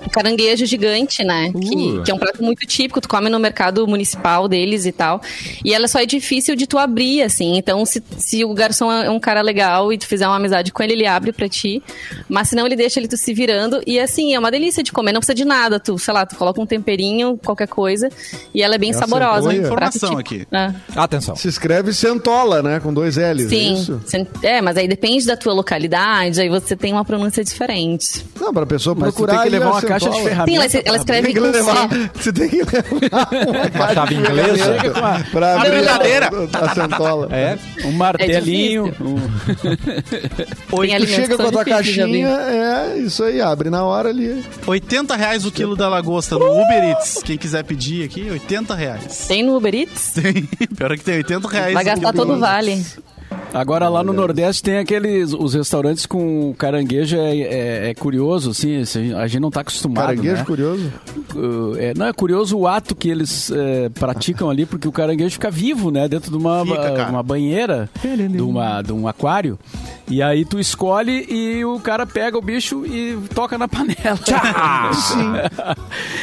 Speaker 2: o caranguejo gigante, né? Que, que é um prato muito típico, tu come no mercado municipal deles e tal. E ela só é difícil de tu abrir, assim. Então, se, se o garçom é um cara legal e tu fizer uma amizade com ele, ele abre pra ti. Mas se não, ele deixa ele tu se virando. E assim, é uma delícia de comer, não precisa de nada. Tu, sei lá, tu coloca um temperinho, qualquer coisa. E ela é bem
Speaker 4: Essa
Speaker 2: saborosa.
Speaker 4: boa
Speaker 2: um prato
Speaker 3: informação
Speaker 2: típico.
Speaker 3: aqui.
Speaker 2: É.
Speaker 1: Atenção.
Speaker 4: Se escreve Centola, né? Com dois L's, é
Speaker 2: Sim.
Speaker 4: isso?
Speaker 2: Cê- É, mas aí depende da tua localidade, aí você tem uma pronúncia diferente.
Speaker 4: Não, pra pessoa
Speaker 5: Mas tu
Speaker 4: procurar...
Speaker 5: tem que
Speaker 4: aí
Speaker 5: levar
Speaker 4: é
Speaker 5: uma caixa de
Speaker 4: Centola.
Speaker 5: ferramentas. né?
Speaker 2: Sim, ela, ela escreve
Speaker 4: Tem que
Speaker 2: com C.
Speaker 4: levar, você tem que levar uma
Speaker 1: chave inglesa.
Speaker 4: ferramenta pra
Speaker 3: A
Speaker 4: abrir
Speaker 3: brincadeira.
Speaker 4: a- a centola.
Speaker 1: É,
Speaker 5: Um martelinho. um-
Speaker 2: Tem
Speaker 4: Tu
Speaker 2: alimentos que
Speaker 4: chega
Speaker 2: são
Speaker 4: com a tua
Speaker 2: difíceis de abrir.
Speaker 4: caixinha, é isso aí, abre na hora ali.
Speaker 3: 80 reais o quilo da lagosta no Uber Eats. Quem quiser pedir aqui, 80 reais.
Speaker 2: Tem no Uber Eats?
Speaker 3: Tem. Pior é que tem 80 reais.
Speaker 2: Vai
Speaker 3: o
Speaker 2: gastar
Speaker 3: quilo.
Speaker 2: todo o vale.
Speaker 5: Agora lá no Nordeste tem aqueles os restaurantes com caranguejo é, é- é curioso assim assim, a gente não tá acostumado
Speaker 4: Caranguejo
Speaker 5: né?
Speaker 4: curioso.
Speaker 5: Uh, é, não é curioso o ato que eles é, praticam ali porque o caranguejo fica vivo né dentro de uma,
Speaker 3: Fica, cara.
Speaker 5: uma banheira de, uma, de um aquário e aí tu escolhe e o cara pega o bicho e toca na panela
Speaker 1: Ah, é.
Speaker 4: Sim.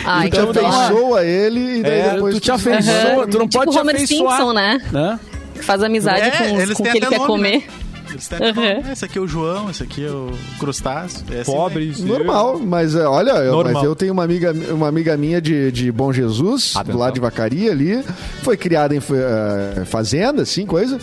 Speaker 2: Ai,
Speaker 4: tu
Speaker 2: que
Speaker 1: Então,
Speaker 4: te
Speaker 5: dá uma-
Speaker 2: dó.
Speaker 4: afeiçoa ele e daí
Speaker 5: É,
Speaker 4: depois...
Speaker 5: tu te afeiçoa,
Speaker 2: Aham.
Speaker 5: tu não
Speaker 2: Tipo
Speaker 5: pode te
Speaker 2: o Homer
Speaker 5: afeiçoar.
Speaker 2: Simpson, né?
Speaker 5: Né?
Speaker 2: Que faz amizade
Speaker 3: É,
Speaker 2: com, os-
Speaker 3: eles
Speaker 2: com o
Speaker 3: têm
Speaker 2: que ele
Speaker 3: até
Speaker 2: quer
Speaker 3: nome,
Speaker 2: comer.
Speaker 3: né? Eles têm até nome.
Speaker 2: Uhum.
Speaker 3: Esse aqui é o João, esse aqui é o Crustáceo. É assim, né?
Speaker 1: pobre. sim.
Speaker 4: Normal, mas é, olha, eu,
Speaker 1: Normal. Ah,
Speaker 4: mas eu tenho uma amiga, uma amiga minha de, de Bom Jesus,
Speaker 1: Atenção.
Speaker 4: do lado de Vacaria ali, foi criada em fa- eh, fazenda, assim, coisa.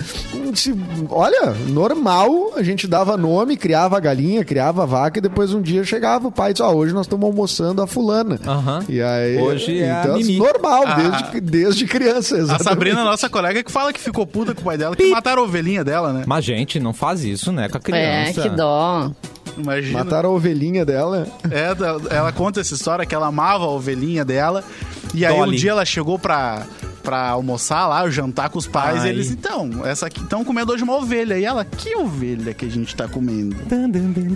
Speaker 4: Se- olha, normal, a gente dava nome, criava a galinha, criava a vaca, e depois um dia chegava o pai e disse, ó, hoje nós estamos almoçando a fulana.
Speaker 1: Aham.
Speaker 4: E aí,
Speaker 1: Hoje é a
Speaker 4: então,
Speaker 1: Mimi.
Speaker 4: normal,
Speaker 3: Ah.
Speaker 4: desde, desde criança,
Speaker 3: A
Speaker 4: exatamente.
Speaker 3: Sabrina, nossa colega, que fala que ficou puta com o pai dela, que mataram a ovelhinha dela, né?
Speaker 1: Mas, gente, não faz isso, né? Com a
Speaker 2: É,
Speaker 1: criança.
Speaker 2: que dó.
Speaker 3: Imagina.
Speaker 4: Mataram a ovelhinha dela.
Speaker 3: É, da- ela conta essa história que ela amava a ovelhinha dela. E aí um
Speaker 1: Dolly.
Speaker 3: dia ela chegou pra, pra almoçar lá, jantar com os pais.
Speaker 1: Ai.
Speaker 3: E eles, então, essa aqui estão comendo hoje uma ovelha. E ela, que ovelha que a gente tá comendo?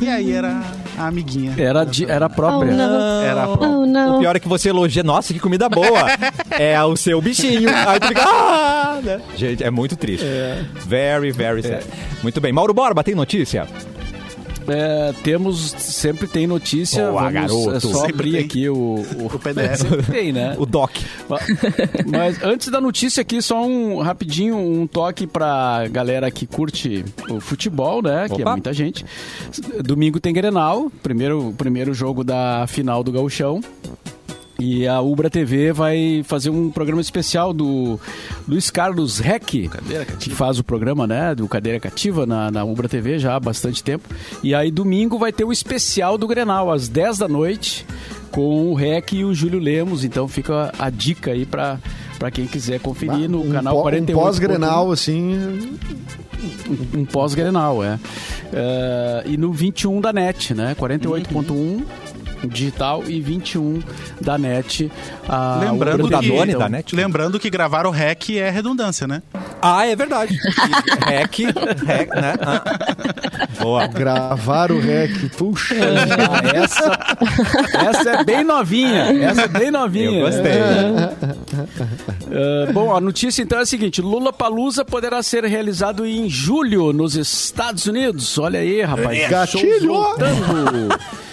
Speaker 3: E aí era a amiguinha.
Speaker 5: Era, de- era própria.
Speaker 2: Oh, não.
Speaker 3: Era a própria.
Speaker 2: Oh,
Speaker 1: O
Speaker 2: não.
Speaker 1: pior é que você elogia, nossa, que comida boa. é o seu bichinho. Aí tu fica, ah, né? Gente, é muito triste. Very, very sad. Muito bem. Mauro Borba, tem notícia?
Speaker 5: É, temos, sempre tem notícia.
Speaker 1: Boa, garoto.
Speaker 5: É só
Speaker 3: Sempre
Speaker 5: abrir
Speaker 3: tem.
Speaker 5: aqui o, o,
Speaker 3: O PDF.
Speaker 5: Sempre tem, né?
Speaker 1: O Doc.
Speaker 5: Ma- Mas antes da notícia aqui, só um rapidinho, um toque pra galera que curte o futebol, né? Que é
Speaker 1: Opa.
Speaker 5: muita gente. Domingo tem Grenal, primeiro, primeiro jogo da final do Gauchão. E a Ubra TV vai fazer um programa especial do Luiz Carlos Reck, que faz o programa, né, do Cadeira Cativa na, na Ubra TV já há bastante tempo. E aí domingo vai ter o especial do Grenal, às 10 da noite, com o Rec e o Júlio Lemos. Então fica a dica aí pra, pra quem quiser conferir no
Speaker 4: um
Speaker 5: canal
Speaker 4: pó-
Speaker 5: 41.
Speaker 4: Um pós-grenal, assim,
Speaker 5: Um pós-Grenal, é. Eh, e no 21 da NET, né? 48.1
Speaker 1: Uhum.
Speaker 5: digital e 21 da NET. a
Speaker 3: Lembrando
Speaker 5: Ubra
Speaker 1: da
Speaker 5: TV,
Speaker 1: Doni,
Speaker 5: então.
Speaker 1: da NET.
Speaker 3: Lembrando que gravar o REC é redundância, né?
Speaker 1: Ah, é verdade. Rec, rec, né? Ah. Boa.
Speaker 4: gravar o rec. Puxa, vida.
Speaker 5: Ah, essa, essa é bem novinha. Essa é bem novinha.
Speaker 1: Eu gostei.
Speaker 5: Ah, bom, a notícia então é a seguinte: Lula Palusa poderá ser realizado em julho nos Estados Unidos. Olha aí, rapaz. shows
Speaker 4: Gatilho!
Speaker 5: voltando.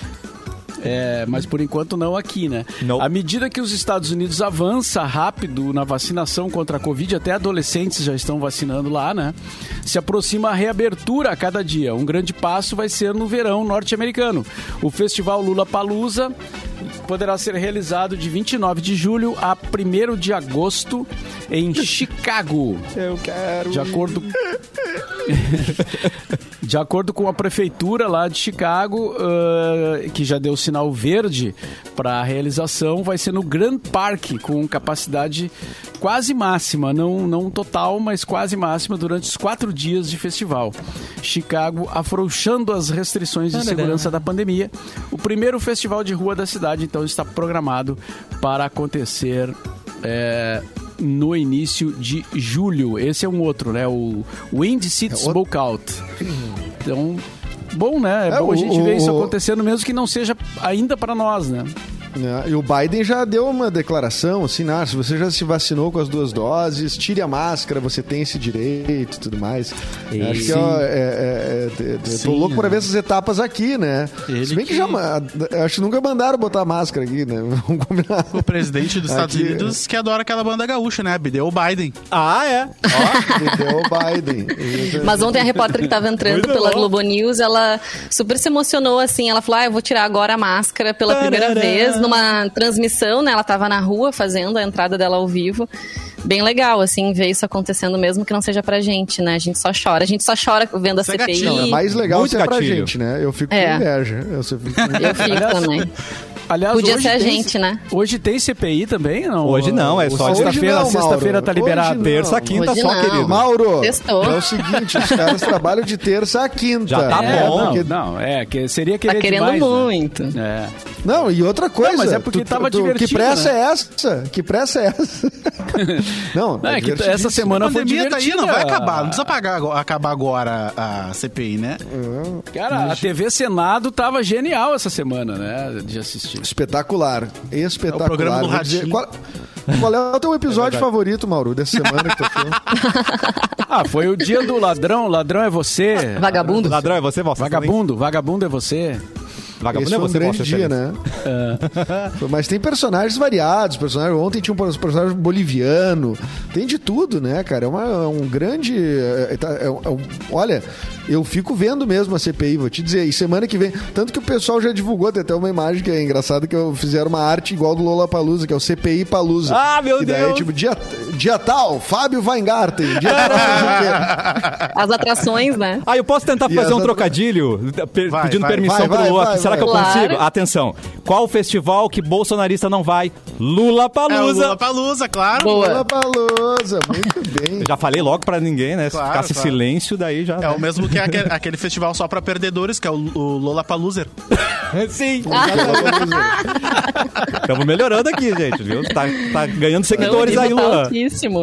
Speaker 5: É, mas por enquanto não aqui, né?
Speaker 1: Não.
Speaker 5: À medida que os Estados Unidos avança rápido na vacinação contra a Covid, até adolescentes já estão vacinando lá, né? Se aproxima a reabertura a cada dia. Um grande passo vai ser no verão norte-americano. O festival Lula Palusa poderá ser realizado de 29 de julho a 1 de agosto em Chicago.
Speaker 1: Eu quero.
Speaker 5: De acordo. de acordo com a prefeitura lá de Chicago, ah, que já deu sinal verde para a realização, vai ser no Grand Park, com capacidade quase máxima, não, não total, mas quase máxima durante os quatro dias de festival. Chicago afrouxando as restrições de segurança da pandemia. O primeiro festival de rua da cidade, então, está programado para acontecer. eh, no início de julho. Esse é um outro, né? O Wind City Smokeout. Então, bom, né? É,
Speaker 4: É,
Speaker 5: bom a
Speaker 4: o-
Speaker 5: gente ver
Speaker 4: É, o-
Speaker 5: isso
Speaker 4: o-
Speaker 5: acontecendo, mesmo que não seja ainda pra nós, né?
Speaker 4: né? E o Biden já deu uma declaração assim, ah, se você já se vacinou com as duas doses, tire a máscara, você tem esse direito e tudo mais.
Speaker 1: Ei,
Speaker 4: Acho
Speaker 1: sim.
Speaker 4: que ó, é, é, é, é, eu
Speaker 5: Sim,
Speaker 4: tô louco pra
Speaker 5: né?
Speaker 4: ver essas etapas aqui, né?
Speaker 5: Ele
Speaker 4: se bem que,
Speaker 5: que-
Speaker 4: já. ma- Acho que nunca mandaram botar máscara aqui, né? Vamos combinar.
Speaker 3: O presidente dos Estados
Speaker 4: Aqui- é-
Speaker 3: Unidos que adora aquela banda gaúcha, né? Deu o Biden.
Speaker 1: Ah, é?
Speaker 4: Entendeu? O Biden.
Speaker 2: Mas ontem a repórter que estava entrando
Speaker 1: Coisa
Speaker 2: pela
Speaker 1: louca.
Speaker 2: Globo News, ela super se emocionou, assim. Ela falou, ah, eu vou tirar agora a máscara pela primeira
Speaker 1: Tarará.
Speaker 2: vez, numa transmissão, né? Ela estava na rua fazendo a entrada dela ao vivo. Bem legal, assim, ver isso acontecendo, mesmo que não seja pra gente, né? A gente só chora. A gente só chora vendo a
Speaker 3: Isso é
Speaker 2: CPI.
Speaker 3: gatilho,
Speaker 4: É mais legal
Speaker 1: Muito
Speaker 4: se é pra
Speaker 1: gatilho.
Speaker 4: gente, né? Eu fico
Speaker 2: É.
Speaker 4: com inveja. Eu só fico com-
Speaker 2: Eu fico também. Tá
Speaker 5: Aliás,
Speaker 2: Podia
Speaker 5: hoje
Speaker 2: ser a
Speaker 5: tem-
Speaker 2: gente, né?
Speaker 5: Hoje tem CPI também? Não?
Speaker 1: Hoje não, é
Speaker 5: Ou
Speaker 1: só
Speaker 4: hoje
Speaker 5: sexta-feira.
Speaker 4: não,
Speaker 5: Sexta-feira
Speaker 4: Mauro.
Speaker 5: tá liberado.
Speaker 4: Hoje
Speaker 1: Terça,
Speaker 4: Não,
Speaker 1: quinta
Speaker 2: hoje
Speaker 1: só,
Speaker 2: não.
Speaker 1: querido.
Speaker 4: Mauro,
Speaker 2: Testou.
Speaker 4: é o seguinte, os caras trabalham de terça a quinta.
Speaker 1: Já tá
Speaker 5: É,
Speaker 1: bom.
Speaker 5: não,
Speaker 4: porque-
Speaker 5: não, é, que seria
Speaker 2: Tá
Speaker 5: querer
Speaker 2: querendo
Speaker 5: demais, né?
Speaker 2: muito.
Speaker 5: É.
Speaker 4: Não, e outra coisa.
Speaker 5: Não, mas é porque tava divertido,
Speaker 4: Que pressa
Speaker 5: né?
Speaker 4: é essa? Que pressa é essa? não,
Speaker 5: Não, é que
Speaker 4: divertidíssimo.
Speaker 5: essa semana
Speaker 3: A
Speaker 2: Ah,
Speaker 5: foi
Speaker 3: pandemia tá aí,
Speaker 5: divertida.
Speaker 3: não vai
Speaker 2: é.
Speaker 3: acabar. Não precisa pagar, agora- acabar agora a a CPI, né?
Speaker 5: Cara, a TV Senado tava genial essa semana, né? De assistir.
Speaker 4: Espetacular.
Speaker 3: É
Speaker 4: Espetacular.
Speaker 3: o programa do
Speaker 4: Vou dizer-
Speaker 3: Ratinho.
Speaker 4: qual, qual é o teu episódio favorito, Mauro, dessa semana que tu achou?
Speaker 5: Ah, foi o dia do ladrão. Ladrão é você.
Speaker 2: Vagabundo.
Speaker 1: Ladrão é você, Vossa
Speaker 5: Vagabundo, vagabundo é você.
Speaker 1: Excelência. Vagabundo
Speaker 4: Esse
Speaker 1: é
Speaker 4: foi um
Speaker 1: você,
Speaker 4: grande
Speaker 1: Vossa
Speaker 4: dia,
Speaker 1: Excelência.
Speaker 4: né? Foi- Mas tem personagens variados. Personagem, ontem tinha um pers- personagem boliviano. Tem de tudo, né, cara? É, uma- é um grande. é- é- tá- é um- é um- olha, eu fico vendo mesmo a CPI, vou te dizer. E semana que vem. Tanto que o pessoal já divulgou, tem até uma imagem que é engraçada, que eu fizeram uma arte igual do Lola Palusa, que é o CPI Palusa.
Speaker 1: Ah, meu
Speaker 4: e daí,
Speaker 1: Deus!
Speaker 4: Tipo, dia, dia tal, Fábio Weingarten. Dia tal, não sei o quê.
Speaker 2: As atrações, né?
Speaker 1: Ah, eu posso tentar
Speaker 4: E
Speaker 1: fazer
Speaker 4: as
Speaker 1: um
Speaker 4: outras-
Speaker 1: trocadilho, pe-
Speaker 3: Vai,
Speaker 1: pedindo
Speaker 3: vai,
Speaker 1: permissão
Speaker 4: vai,
Speaker 1: pro
Speaker 4: vai,
Speaker 1: Lula.
Speaker 4: vai,
Speaker 1: Será que eu
Speaker 2: vai.
Speaker 1: consigo?
Speaker 2: Claro.
Speaker 1: Atenção. Qual festival que bolsonarista não vai? Lula Palusa.
Speaker 3: Palusa, É claro.
Speaker 2: Boa.
Speaker 4: Lola Palusa, muito bem.
Speaker 1: Eu já falei logo pra ninguém, né? Se
Speaker 3: Claro,
Speaker 1: ficasse
Speaker 3: claro.
Speaker 1: silêncio, daí já.
Speaker 3: É o mesmo que aquele, aquele festival só pra perdedores, que é o, o Lollapalooza.
Speaker 1: Sim.
Speaker 4: Lollapalooza.
Speaker 1: Estamos melhorando aqui, gente, viu? Tá, tá ganhando
Speaker 2: Não, o
Speaker 1: seguidores
Speaker 2: nível
Speaker 1: aí,
Speaker 2: tá
Speaker 1: Lula.
Speaker 2: altíssimo.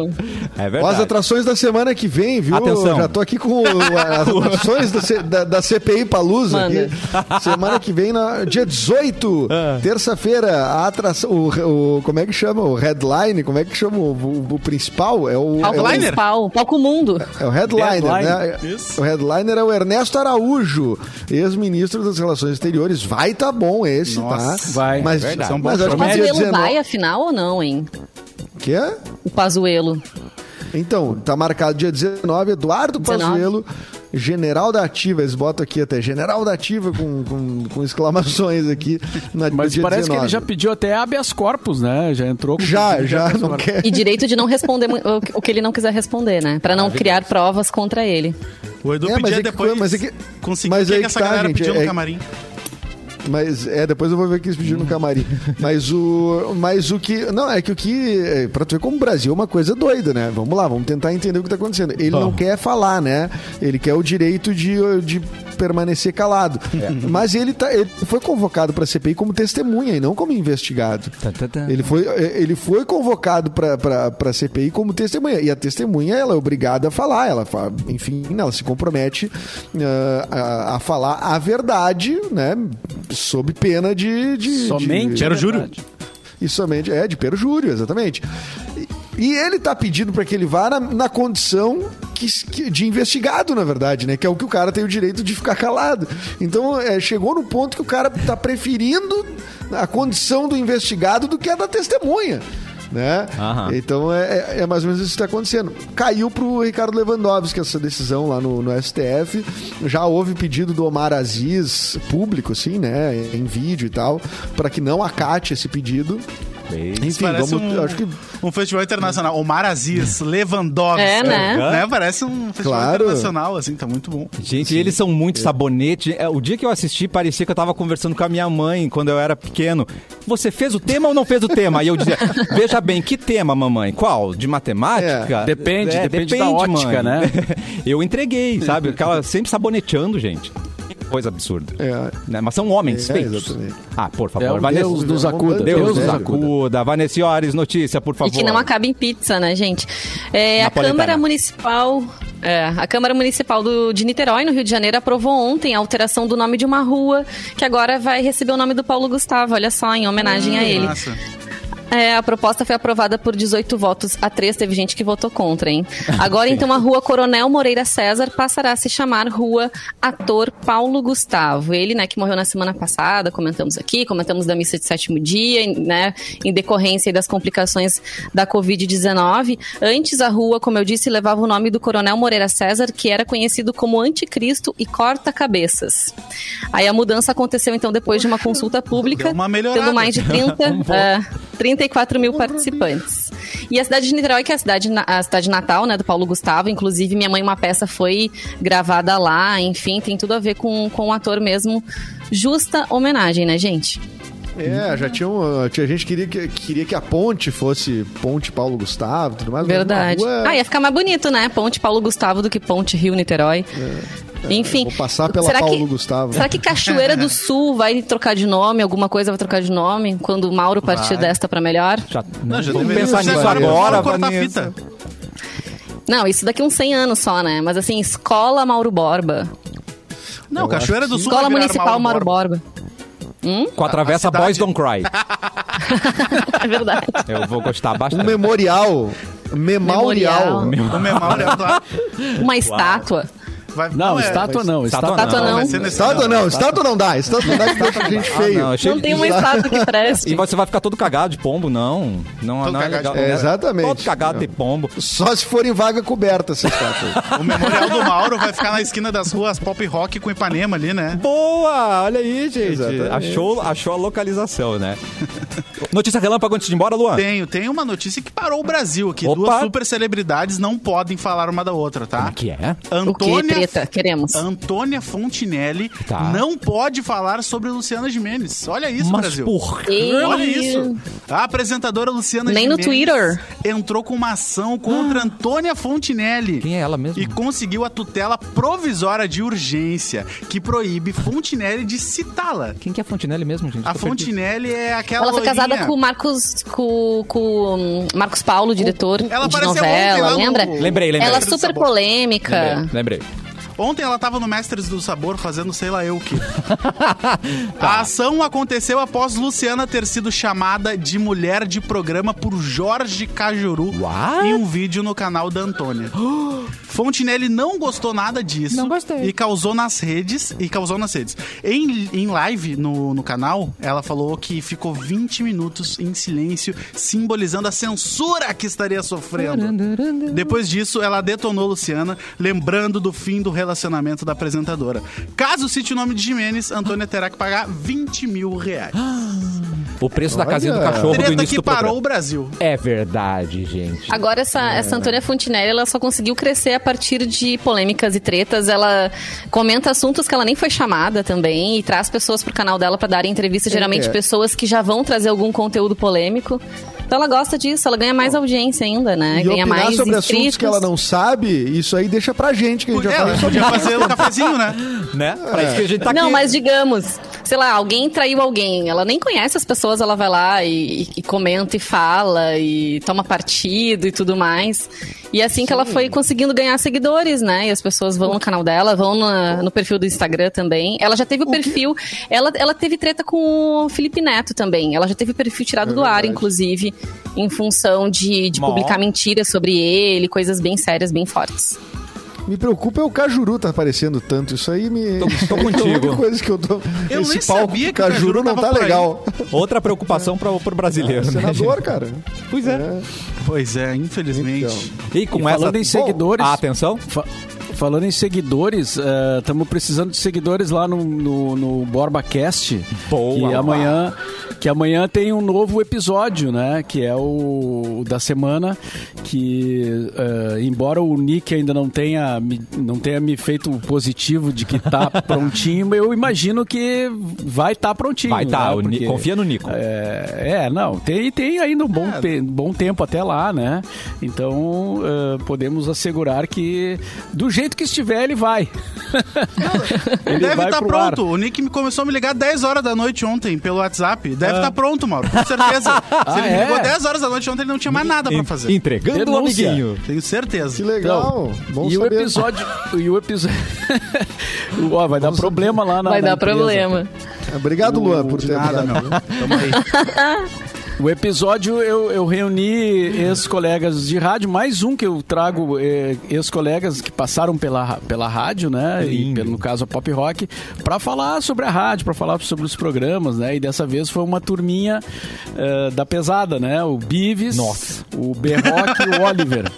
Speaker 1: É
Speaker 4: Ó, As
Speaker 1: verdade.
Speaker 4: atrações da semana que vem, viu?
Speaker 1: Atenção.
Speaker 4: Já tô aqui com o- as atrações da, C- da, da CPI Palusa.
Speaker 2: Manda.
Speaker 4: aqui. Semana que vem, na- dia 18,
Speaker 1: Ah.
Speaker 4: terça-feira, a atração. O, o- como é que chama? O headline? Como é que chama? O, o- o principal? É o.
Speaker 2: Palco
Speaker 4: é o-
Speaker 3: Headliner?
Speaker 2: principal, palco mundo.
Speaker 4: é o headliner, né?
Speaker 5: Headliner,
Speaker 3: isso.
Speaker 4: O headliner é o Ernesto Araújo, ex-ministro das Relações Exteriores. Vai tá bom esse,
Speaker 3: Nossa,
Speaker 4: tá?
Speaker 5: vai.
Speaker 4: Mas,
Speaker 5: É verdade.
Speaker 4: mas acho que
Speaker 2: O
Speaker 4: dia
Speaker 2: Pazuello
Speaker 4: 19
Speaker 2: vai, afinal, ou não, hein?
Speaker 4: Que é?
Speaker 2: O Pazuello.
Speaker 4: Então, tá marcado dia 19, Eduardo
Speaker 2: 19.
Speaker 4: Pazuello, general da ativa, eles botam aqui até, general da ativa com, com, com exclamações aqui na
Speaker 5: Mas
Speaker 4: dia
Speaker 5: parece que ele já
Speaker 4: 19.
Speaker 5: pediu até habeas corpus, né? Já entrou com
Speaker 4: Já, já, não quer.
Speaker 2: E direito de não responder mu- o que- o que ele não quiser responder, né? Pra não criar provas contra ele.
Speaker 3: O Edu
Speaker 4: É, mas
Speaker 3: pedia
Speaker 4: é que-
Speaker 3: depois.
Speaker 4: mas é que-
Speaker 3: conseguir
Speaker 4: mas
Speaker 3: o que,
Speaker 4: é
Speaker 3: que
Speaker 4: que
Speaker 3: essa
Speaker 4: tá,
Speaker 3: galera
Speaker 4: gente,
Speaker 3: pediu
Speaker 4: é-
Speaker 3: no camarim.
Speaker 4: Mas é, depois eu vou ver o que eles pediram no camarim. Mas o. Mas o que. Não, é que o que. é, Pra tu ver como o Brasil é uma coisa doida, né? Vamos lá, vamos tentar entender o que tá acontecendo. Ele não quer falar, né? Ele quer o direito de, de permanecer calado. Mas ele, tá, ele foi convocado pra CPI como testemunha e não como investigado. Ele foi, é, ele foi convocado para a CPI como testemunha. E a testemunha, ela é obrigada a falar. Ela, fa- enfim, ela se compromete ah, a, a falar a verdade, né? Sob pena de... de
Speaker 5: Somente.
Speaker 4: de-
Speaker 5: a
Speaker 3: Era o júri?
Speaker 5: verdade.
Speaker 4: e somente é de perjúrio, exatamente. E, e ele tá pedindo para que ele vá na, na condição que, que- de investigado, na verdade, né? Que é o que o cara tem o direito de ficar calado. Então, é, chegou no ponto que o cara tá preferindo a condição do investigado do que a da testemunha. Né?
Speaker 1: Aham.
Speaker 4: Então é, é- é mais ou menos isso que está acontecendo. Caiu pro Ricardo Lewandowski essa decisão lá no, no STF. Já houve pedido do Omar Aziz, público, assim, né? Em vídeo e tal, para que não acate esse pedido. Enfim,
Speaker 3: Parece
Speaker 4: vamos,
Speaker 3: um,
Speaker 4: acho que Hum.
Speaker 3: um festival internacional. Omar Aziz, Lewandowski.
Speaker 2: É, né?
Speaker 3: Parece um festival
Speaker 4: Claro.
Speaker 3: internacional, assim, tá muito bom.
Speaker 1: Gente, eles são muito sabonete. É, O dia que eu assisti, parecia que eu tava conversando com a minha mãe quando eu era pequeno. Você fez o tema ou não fez o tema? Aí eu dizia, veja bem, que tema, mamãe? Qual? De matemática?
Speaker 4: É,
Speaker 5: depende, depende da ótica, né?
Speaker 1: eu entreguei, sabe? Aquela sempre saboneteando, gente. Coisa absurda.
Speaker 4: É.
Speaker 1: Né? Mas são homens
Speaker 4: É,
Speaker 1: feitos.
Speaker 4: exatamente.
Speaker 1: Ah, por favor,
Speaker 5: É o
Speaker 1: Vanessa.
Speaker 5: Deus nos acuda.
Speaker 4: Deus
Speaker 5: Deus
Speaker 1: Deus
Speaker 5: nos
Speaker 1: nos
Speaker 4: velho.
Speaker 5: acuda.
Speaker 1: acuda. Vanessa Iores, notícia, por favor.
Speaker 2: E que não acaba em pizza, né, gente? É, a
Speaker 1: Napoletana.
Speaker 2: Câmara Municipal É, a Câmara Municipal do- de Niterói, no Rio de Janeiro, aprovou ontem a alteração do nome de uma rua, que agora vai receber o nome do Paulo Gustavo, olha só, em homenagem
Speaker 1: Hum,
Speaker 2: a ele.
Speaker 3: Nossa.
Speaker 2: É, a proposta foi aprovada por 18 votos a 3, teve gente que votou contra, hein? Agora, então, a rua Coronel Moreira César passará a se chamar Rua Ator Paulo Gustavo. Ele, né, que morreu na semana passada, comentamos aqui, comentamos da missa de sétimo dia, em- né, em decorrência aí das complicações da Covid-19. Antes, a rua, como eu disse, levava o nome do Coronel Moreira César, que era conhecido como Anticristo e Corta-Cabeças. Aí a mudança aconteceu, então, depois de uma consulta pública,
Speaker 3: Deu uma melhorada.
Speaker 2: tendo mais de 30, é, 34 mil participantes. E a cidade de Niterói, que é a cidade, na- a cidade natal, né, do Paulo Gustavo, inclusive minha mãe, uma peça foi gravada lá, enfim, tem tudo a ver com, com o ator mesmo. Justa homenagem, né, gente?
Speaker 4: É, já tinha, um, tinha gente que queria que, queria que a ponte fosse Ponte Paulo Gustavo e tudo mais. mas
Speaker 2: Verdade.
Speaker 4: na rua-
Speaker 2: Ah, ia ficar mais bonito, né? Ponte Paulo Gustavo do que Ponte Rio Niterói. Enfim.
Speaker 4: É, Vou passar pela
Speaker 2: será
Speaker 4: Paulo
Speaker 2: que,
Speaker 4: Gustavo.
Speaker 2: Será que Cachoeira do Sul vai trocar de nome? Alguma coisa vai trocar de nome? Quando o Mauro partir desta pra melhor?
Speaker 1: Já,
Speaker 3: Não, já
Speaker 1: vamos
Speaker 3: deveria
Speaker 1: pensar
Speaker 3: ser
Speaker 1: nisso
Speaker 4: agora,
Speaker 1: agora,
Speaker 3: vamos cortar a
Speaker 1: Vanessa.
Speaker 3: fita.
Speaker 2: Não, isso daqui é uns 100 anos só, né? Mas assim, Escola Mauro Borba.
Speaker 3: Não, Cachoeira do Sul.
Speaker 2: Escola
Speaker 3: vai virar
Speaker 2: Municipal Mauro Borba.
Speaker 1: Com a travessa
Speaker 3: cidade-
Speaker 1: Boys Don't Cry.
Speaker 2: É verdade.
Speaker 1: Eu vou gostar
Speaker 4: Um
Speaker 1: bastante.
Speaker 4: memorial. Memorial.
Speaker 2: Memorial.
Speaker 3: O memória tá.
Speaker 2: Uma estátua.
Speaker 3: Vai,
Speaker 5: Não,
Speaker 3: é,
Speaker 5: estátua não.
Speaker 1: Estátua
Speaker 5: Estátua,
Speaker 2: Estátua não.
Speaker 3: Vai ser nesse
Speaker 4: Estátua não, estátua não dá. Estátua não dá que dá Ah, pra gente
Speaker 1: Ah,
Speaker 4: feio.
Speaker 1: não, é
Speaker 2: Não tem uma estátua que preste.
Speaker 1: E você vai ficar todo cagado de pombo, não. Não,
Speaker 3: Todo
Speaker 1: não
Speaker 3: cagado
Speaker 1: é
Speaker 3: de
Speaker 1: legal.
Speaker 3: pombo.
Speaker 1: né?
Speaker 4: Exatamente.
Speaker 1: Todo cagado de pombo.
Speaker 4: Só se for em vaga coberta essa estátua.
Speaker 3: O memorial do Mauro vai ficar na esquina das ruas pop rock com Ipanema ali, né?
Speaker 1: Boa! Olha aí, gente.
Speaker 4: Exatamente.
Speaker 1: Achou, achou a localização, né? Notícia relâmpago antes de ir embora, Luan?
Speaker 3: Tenho, tem uma notícia que parou o Brasil aqui.
Speaker 1: Opa.
Speaker 3: Duas super celebridades não podem falar uma da outra, tá?
Speaker 1: Como que é?
Speaker 2: O que,
Speaker 3: Antônia,
Speaker 2: treta? Queremos.
Speaker 3: Antônia Fontinelli
Speaker 1: Tá.
Speaker 3: não pode falar sobre Luciana Gimenez. Olha isso,
Speaker 1: Mas
Speaker 3: Brasil.
Speaker 1: por quê?
Speaker 2: E-
Speaker 3: Olha isso. A apresentadora Luciana
Speaker 2: Nem no
Speaker 3: Gimenez
Speaker 2: Twitter. Ah.
Speaker 3: entrou com uma ação contra Antônia Fontinelli.
Speaker 1: Quem é ela mesmo?
Speaker 3: E conseguiu a tutela provisória de urgência, que proíbe Fontinelli de citá-la.
Speaker 1: Quem que é a Fontinelli mesmo, gente?
Speaker 3: A
Speaker 1: Tô perdido.
Speaker 3: Fontinelli é aquela
Speaker 2: Ela foi
Speaker 3: loirinha.
Speaker 2: casada com o Marcos, com, com hum, Marcos Paulo, diretor
Speaker 3: Ela
Speaker 2: de
Speaker 3: apareceu ontem
Speaker 2: novela,
Speaker 3: lá no-
Speaker 2: lembra?
Speaker 1: Lembrei, lembrei.
Speaker 2: Ela super polêmica.
Speaker 1: Lembrei. lembrei.
Speaker 3: Ontem ela tava no Mestres do Sabor fazendo sei lá eu o que. A ação aconteceu após Luciana ter sido chamada de mulher de programa por Jorge Cajuru
Speaker 1: What?
Speaker 3: em um vídeo no canal da Antônia. Fontinelli não gostou nada disso.
Speaker 1: Não gostei.
Speaker 3: E causou nas redes. E causou nas redes. Em, em live no, no canal, ela falou que ficou 20 minutos em silêncio, simbolizando a censura que estaria sofrendo. Depois disso, ela detonou Luciana, lembrando do fim do relacionamento da apresentadora. Caso cite o nome de Jimenez, Antônia terá que pagar 20 mil reais.
Speaker 1: O preço da casinha do
Speaker 4: Olha.
Speaker 1: cachorro Ah. do
Speaker 3: Treta
Speaker 1: início
Speaker 3: que
Speaker 1: do
Speaker 3: parou o
Speaker 1: programa.
Speaker 3: Brasil.
Speaker 1: É verdade, gente.
Speaker 2: Agora,
Speaker 4: É.
Speaker 2: essa, essa Antônia Fontinelli, ela só conseguiu crescer a partir de polêmicas e tretas. Ela comenta assuntos que ela nem foi chamada também e traz pessoas pro canal dela pra darem entrevista. Geralmente,
Speaker 4: é.
Speaker 2: pessoas que já vão trazer algum conteúdo polêmico. Então, ela gosta disso. Ela ganha mais audiência ainda, né?
Speaker 4: E
Speaker 2: ganha
Speaker 4: opinar
Speaker 2: mais
Speaker 4: sobre assuntos
Speaker 2: inscritos.
Speaker 4: que ela não sabe, isso aí deixa pra gente, que a gente já
Speaker 3: Ela
Speaker 4: fala sobre
Speaker 3: podia fazer É, um cafezinho, né?
Speaker 1: Né? Pra isso que a gente tá aqui.
Speaker 2: não, mas digamos, sei lá, alguém traiu alguém. Ela nem conhece as pessoas, ela vai lá e, e comenta e fala e toma partido e tudo mais. E é assim que ela foi conseguindo ganhar seguidores, né? E as pessoas vão no canal dela, vão na- no perfil do Instagram também. Ela já teve o, perfil. Ela, ela teve treta com o Felipe Neto também. Ela já teve o perfil tirado
Speaker 4: É
Speaker 2: do ar,
Speaker 4: verdade.
Speaker 2: inclusive, em função de, de
Speaker 1: Mó.
Speaker 2: publicar mentiras sobre ele, coisas bem sérias, bem fortes.
Speaker 4: Me preocupa é o Cajuru tá aparecendo tanto. Isso aí me.
Speaker 1: Tô- tô
Speaker 4: É a única
Speaker 1: contigo.
Speaker 4: coisa que eu tô.
Speaker 3: Eu
Speaker 4: Esse
Speaker 3: nem
Speaker 4: palco
Speaker 3: sabia que o
Speaker 4: Cajuru
Speaker 3: Cajuru
Speaker 4: não
Speaker 3: tava
Speaker 4: tá
Speaker 3: por aí.
Speaker 4: legal.
Speaker 1: Outra preocupação pra, pro
Speaker 3: Ah,
Speaker 1: brasileiro, né?
Speaker 4: Senador,
Speaker 1: gente?
Speaker 4: cara.
Speaker 1: Pois é.
Speaker 3: Pois é, infelizmente.
Speaker 1: E com
Speaker 5: E
Speaker 1: essa...
Speaker 5: falando em
Speaker 1: Bom,
Speaker 5: seguidores-
Speaker 1: atenção.
Speaker 5: Fa- Falando em seguidores, estamos precisando de seguidores lá no, no, no BorbaCast.
Speaker 1: Boa,
Speaker 5: que
Speaker 1: Borba.
Speaker 5: amanhã Que amanhã tem um novo episódio, né? Que é o, o da semana. Que, eh, embora o Nick ainda não tenha, me, não tenha me feito o positivo de que tá prontinho, eu imagino que vai estar prontinho.
Speaker 1: Vai tá,
Speaker 5: né?
Speaker 1: o Ni-
Speaker 5: Porque-
Speaker 1: confia no Nico.
Speaker 5: é, é, não, tem, tem ainda um bom, pe- bom tempo até lá, né? Então, eh, podemos assegurar que, do jeito jeito que estiver, ele vai.
Speaker 4: Então,
Speaker 5: Ele
Speaker 3: Deve tá
Speaker 5: vai
Speaker 3: estar
Speaker 5: pro ar.
Speaker 3: pronto. O Nick me começou a me ligar 10 horas da noite ontem pelo WhatsApp. Deve
Speaker 4: Ah.
Speaker 3: estar pronto, Mauro. Com certeza. Se ele me
Speaker 5: é?
Speaker 3: ligou 10 horas da noite ontem, ele não tinha mais nada pra fazer.
Speaker 1: Entregando o
Speaker 5: Denúncia.
Speaker 1: amiguinho.
Speaker 3: Tenho
Speaker 4: Que
Speaker 3: certeza.
Speaker 4: legal. Bom
Speaker 5: e
Speaker 4: saber.
Speaker 5: o episódio. E o episódio. Ó, vai dar problema lá na.
Speaker 2: Vai
Speaker 5: na
Speaker 2: dar
Speaker 5: empresa.
Speaker 2: problema.
Speaker 4: Obrigado, Luan, por
Speaker 3: De
Speaker 4: ter
Speaker 3: nada,
Speaker 4: avisado.
Speaker 3: meu. Tamo aí.
Speaker 5: O episódio eu, eu reuni ex-colegas de rádio, mais um que eu trago eh, ex-colegas que passaram pela, pela rádio, né? E
Speaker 1: Lindo.
Speaker 5: pelo caso a pop rock, para falar sobre a rádio, para falar sobre os programas, né? E dessa vez foi uma turminha eh, da pesada, né? O Bives,
Speaker 1: Nossa.
Speaker 5: o Berrock e o Oliver.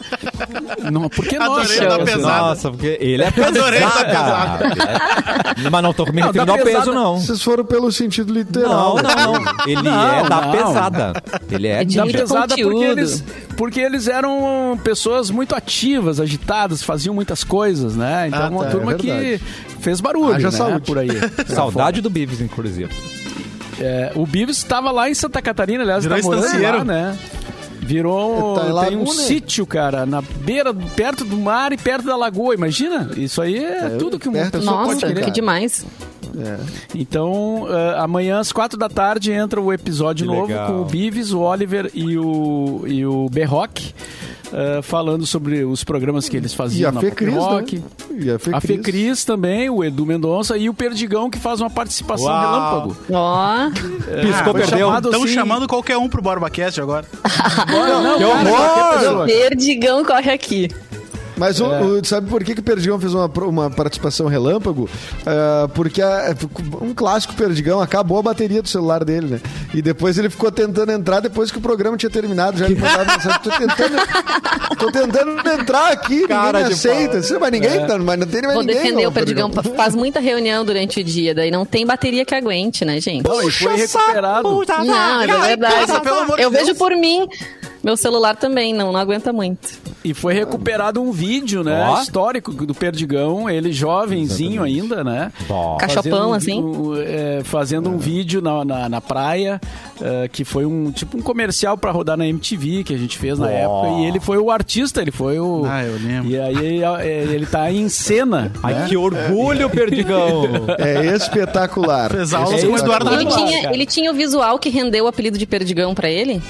Speaker 5: Não, porque
Speaker 3: Adorei
Speaker 5: nossa,
Speaker 3: o da
Speaker 5: né?
Speaker 3: pesada.
Speaker 1: Nossa, porque ele é
Speaker 3: Adorei essa
Speaker 1: pesado. Mas não tô me referindo
Speaker 5: da
Speaker 1: ao peso,
Speaker 5: pesada-
Speaker 1: não.
Speaker 4: Vocês foram pelo sentido
Speaker 1: Não,
Speaker 4: literal. né?
Speaker 1: não, não. Ele é da
Speaker 5: não.
Speaker 1: pesada. Ele é
Speaker 2: É de
Speaker 1: da
Speaker 5: da
Speaker 2: muito
Speaker 5: pesada porque
Speaker 2: conteúdo.
Speaker 5: eles, porque eles eram pessoas muito ativas, agitadas, faziam muitas coisas, né? Então,
Speaker 3: Ah,
Speaker 5: uma
Speaker 3: tá,
Speaker 5: turma
Speaker 4: é
Speaker 5: que
Speaker 4: verdade.
Speaker 5: fez barulho,
Speaker 4: Haja
Speaker 5: né?
Speaker 4: saúde.
Speaker 5: Por aí.
Speaker 1: Saudade do Bibis, inclusive.
Speaker 5: É, o Bives estava lá em Santa Catarina, aliás,
Speaker 3: Virou
Speaker 5: tá morando
Speaker 3: estancieiro.
Speaker 5: lá, né? Virou
Speaker 4: Tá em
Speaker 5: tem um
Speaker 4: Laguna.
Speaker 5: sítio, cara, na beira, do- perto do mar e perto da lagoa, imagina? Isso aí é tudo que uma
Speaker 4: Tá, perto
Speaker 5: pessoa pode
Speaker 2: Nossa,
Speaker 5: querer.
Speaker 2: que demais.
Speaker 5: Então, eh, amanhã às quatro da tarde entra o episódio
Speaker 1: Que
Speaker 5: novo
Speaker 1: legal.
Speaker 5: com o Bives, o Oliver e o, e o Berrock. eh, falando sobre os programas que eles
Speaker 4: E
Speaker 5: faziam
Speaker 4: a
Speaker 5: na
Speaker 4: Fê
Speaker 5: Pop
Speaker 4: Cris,
Speaker 5: Rock.
Speaker 4: né? E a Fê
Speaker 5: A Fê
Speaker 4: Cris.
Speaker 5: Cris também, o Edu Mendonça e o Perdigão que faz uma participação
Speaker 1: Uau.
Speaker 5: Tá relâmpago.
Speaker 2: Ó,
Speaker 1: Piscou,
Speaker 5: foi
Speaker 1: perdeu.
Speaker 5: chamado-
Speaker 3: Estão
Speaker 5: assim-
Speaker 3: chamando qualquer um pro BorbaCast agora.
Speaker 5: Não,
Speaker 1: Que
Speaker 5: cara,
Speaker 1: horror!
Speaker 2: Perdigão corre aqui.
Speaker 4: Mas
Speaker 1: É.
Speaker 4: o- o- sabe por que, que o Perdigão fez uma, pro- uma participação relâmpago? Ah, porque a- um clássico Perdigão acabou a bateria do celular dele, né? E depois ele ficou tentando entrar depois que o programa tinha terminado. Já me mandava mensagem: tô tentando, tô tentando entrar aqui,
Speaker 1: Cara
Speaker 4: ninguém me
Speaker 1: de É.
Speaker 4: aceita. Sim, mas ninguém, tá- mas não tem mais
Speaker 2: Vou
Speaker 4: ninguém.
Speaker 2: defender
Speaker 4: ó,
Speaker 2: o Perdigão. Faz muita reunião durante o dia, daí não tem bateria que aguente, né, gente?
Speaker 5: Não, e foi recuperado.
Speaker 2: Não, é verdade.
Speaker 3: nossa, pelo amor de
Speaker 2: Eu
Speaker 3: Deus.
Speaker 2: vejo por mim. Meu celular também não, não aguenta muito.
Speaker 5: E foi recuperado um vídeo, né?
Speaker 1: Ó.
Speaker 5: Histórico do Perdigão, ele jovenzinho ainda, né?
Speaker 1: Ó.
Speaker 2: Cachopão,
Speaker 5: Fazendo um
Speaker 2: assim.
Speaker 5: vi- um, é, fazendo um vídeo na, na, na praia, é, que foi um tipo um comercial pra rodar na MTV que a gente fez na
Speaker 1: Ó.
Speaker 5: época. E ele foi o artista, ele foi o.
Speaker 3: Ah, eu lembro.
Speaker 5: E aí a- é, ele tá em cena.
Speaker 1: Ai, que orgulho, Perdigão!
Speaker 4: É espetacular.
Speaker 3: Fez aulas
Speaker 5: com o Eduardo
Speaker 2: Ele
Speaker 5: Claro,
Speaker 2: tinha,
Speaker 5: cara.
Speaker 2: ele tinha o visual que rendeu o apelido de Perdigão pra ele?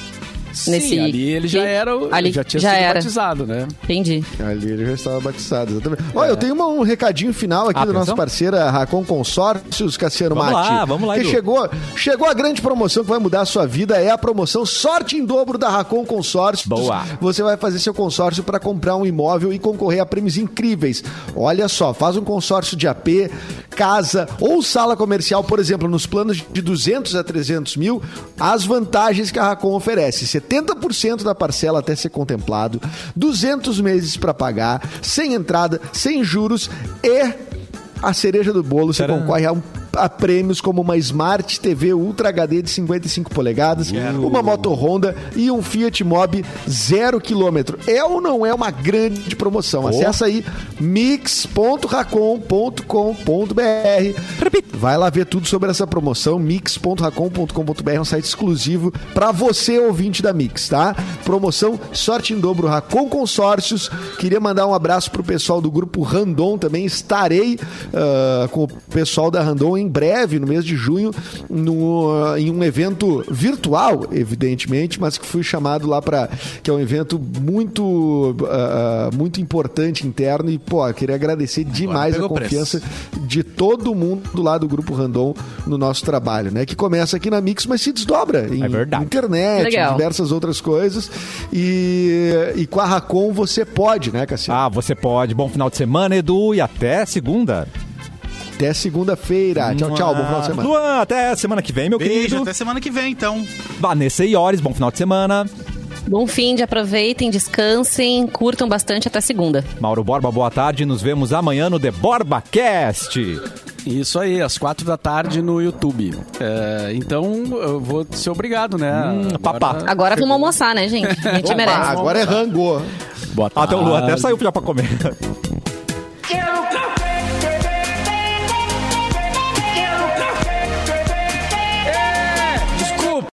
Speaker 2: nesse-
Speaker 5: Sim, ali ele já era o,
Speaker 2: ali
Speaker 5: já tinha
Speaker 2: já
Speaker 5: sido
Speaker 2: era.
Speaker 5: batizado, né?
Speaker 2: Entendi.
Speaker 4: Ali ele já estava batizado, exatamente.
Speaker 1: É.
Speaker 4: Olha, eu tenho uma- um recadinho final aqui da nossa
Speaker 5: Atenção.
Speaker 4: parceira Racon Consórcios, Cassiano
Speaker 1: Ah, Vamos
Speaker 4: Matti.
Speaker 1: lá, vamos lá,
Speaker 4: Que
Speaker 1: Edu.
Speaker 4: chegou, chegou a grande promoção que vai mudar a sua vida, é a promoção Sorte em Dobro da Racon Consórcios.
Speaker 1: Boa.
Speaker 4: Você vai fazer seu consórcio para comprar um imóvel e concorrer a prêmios incríveis. Olha só, faz um consórcio de AP, casa ou sala comercial, por exemplo, nos planos de 200 a 300 mil, as vantagens que a Racon oferece. 70% da parcela até ser contemplado, 200 meses para pagar, sem entrada, sem juros e a cereja do bolo, você concorre a, um- a prêmios como uma Smart TV Ultra HD de 55 polegadas, uma moto Honda e um Fiat Mobi 0 km. É ou não é uma grande promoção? Acessa aí mix.racon.com.br. Vai lá ver tudo sobre essa promoção, mix.racon.com.br, é um site exclusivo para você, ouvinte da Mix, tá? Promoção Sorte em Dobro Racon Consórcios. Queria mandar um abraço pro pessoal do grupo Randon também. Estarei ah, com o pessoal da Randon em breve, no mês de junho, no, ah, em um evento virtual, evidentemente, mas que fui chamado lá para que é um evento muito ah, ah, muito importante interno e pô, queria agradecer demais a
Speaker 3: pegou
Speaker 4: confiança de todo mundo do lado do grupo Randon no nosso trabalho, né? Que começa aqui na Mix, mas se desdobra em
Speaker 1: verdade.
Speaker 4: internet,
Speaker 2: Legal.
Speaker 4: em diversas outras coisas. E, e com a Racon você pode, né, Cassiano?
Speaker 1: Ah, você pode. Bom final de semana, Edu, e até segunda.
Speaker 4: Até segunda-feira. Tchau, tchau. Bom final
Speaker 1: Ah.
Speaker 4: de semana.
Speaker 1: Luan, até semana que vem, meu
Speaker 3: Beijo,
Speaker 1: querido.
Speaker 3: até semana que vem, então.
Speaker 1: Vanessa Iores, bom final de semana.
Speaker 2: Bom fim de aproveitem, descansem, curtam bastante até segunda.
Speaker 1: Mauro Borba, boa tarde. Nos vemos amanhã no The Borba Cast.
Speaker 5: Isso aí, às quatro da tarde no YouTube. É, então eu vou ser obrigado, né? Agora-
Speaker 1: papá.
Speaker 2: Agora vamos almoçar, né, gente? A gente
Speaker 4: Ah,
Speaker 2: merece.
Speaker 4: Opa, agora é rango.
Speaker 1: Ah,
Speaker 5: Boa
Speaker 1: um Até o Luan né? até
Speaker 5: tarde.
Speaker 1: saiu já pra comer.
Speaker 6: Quero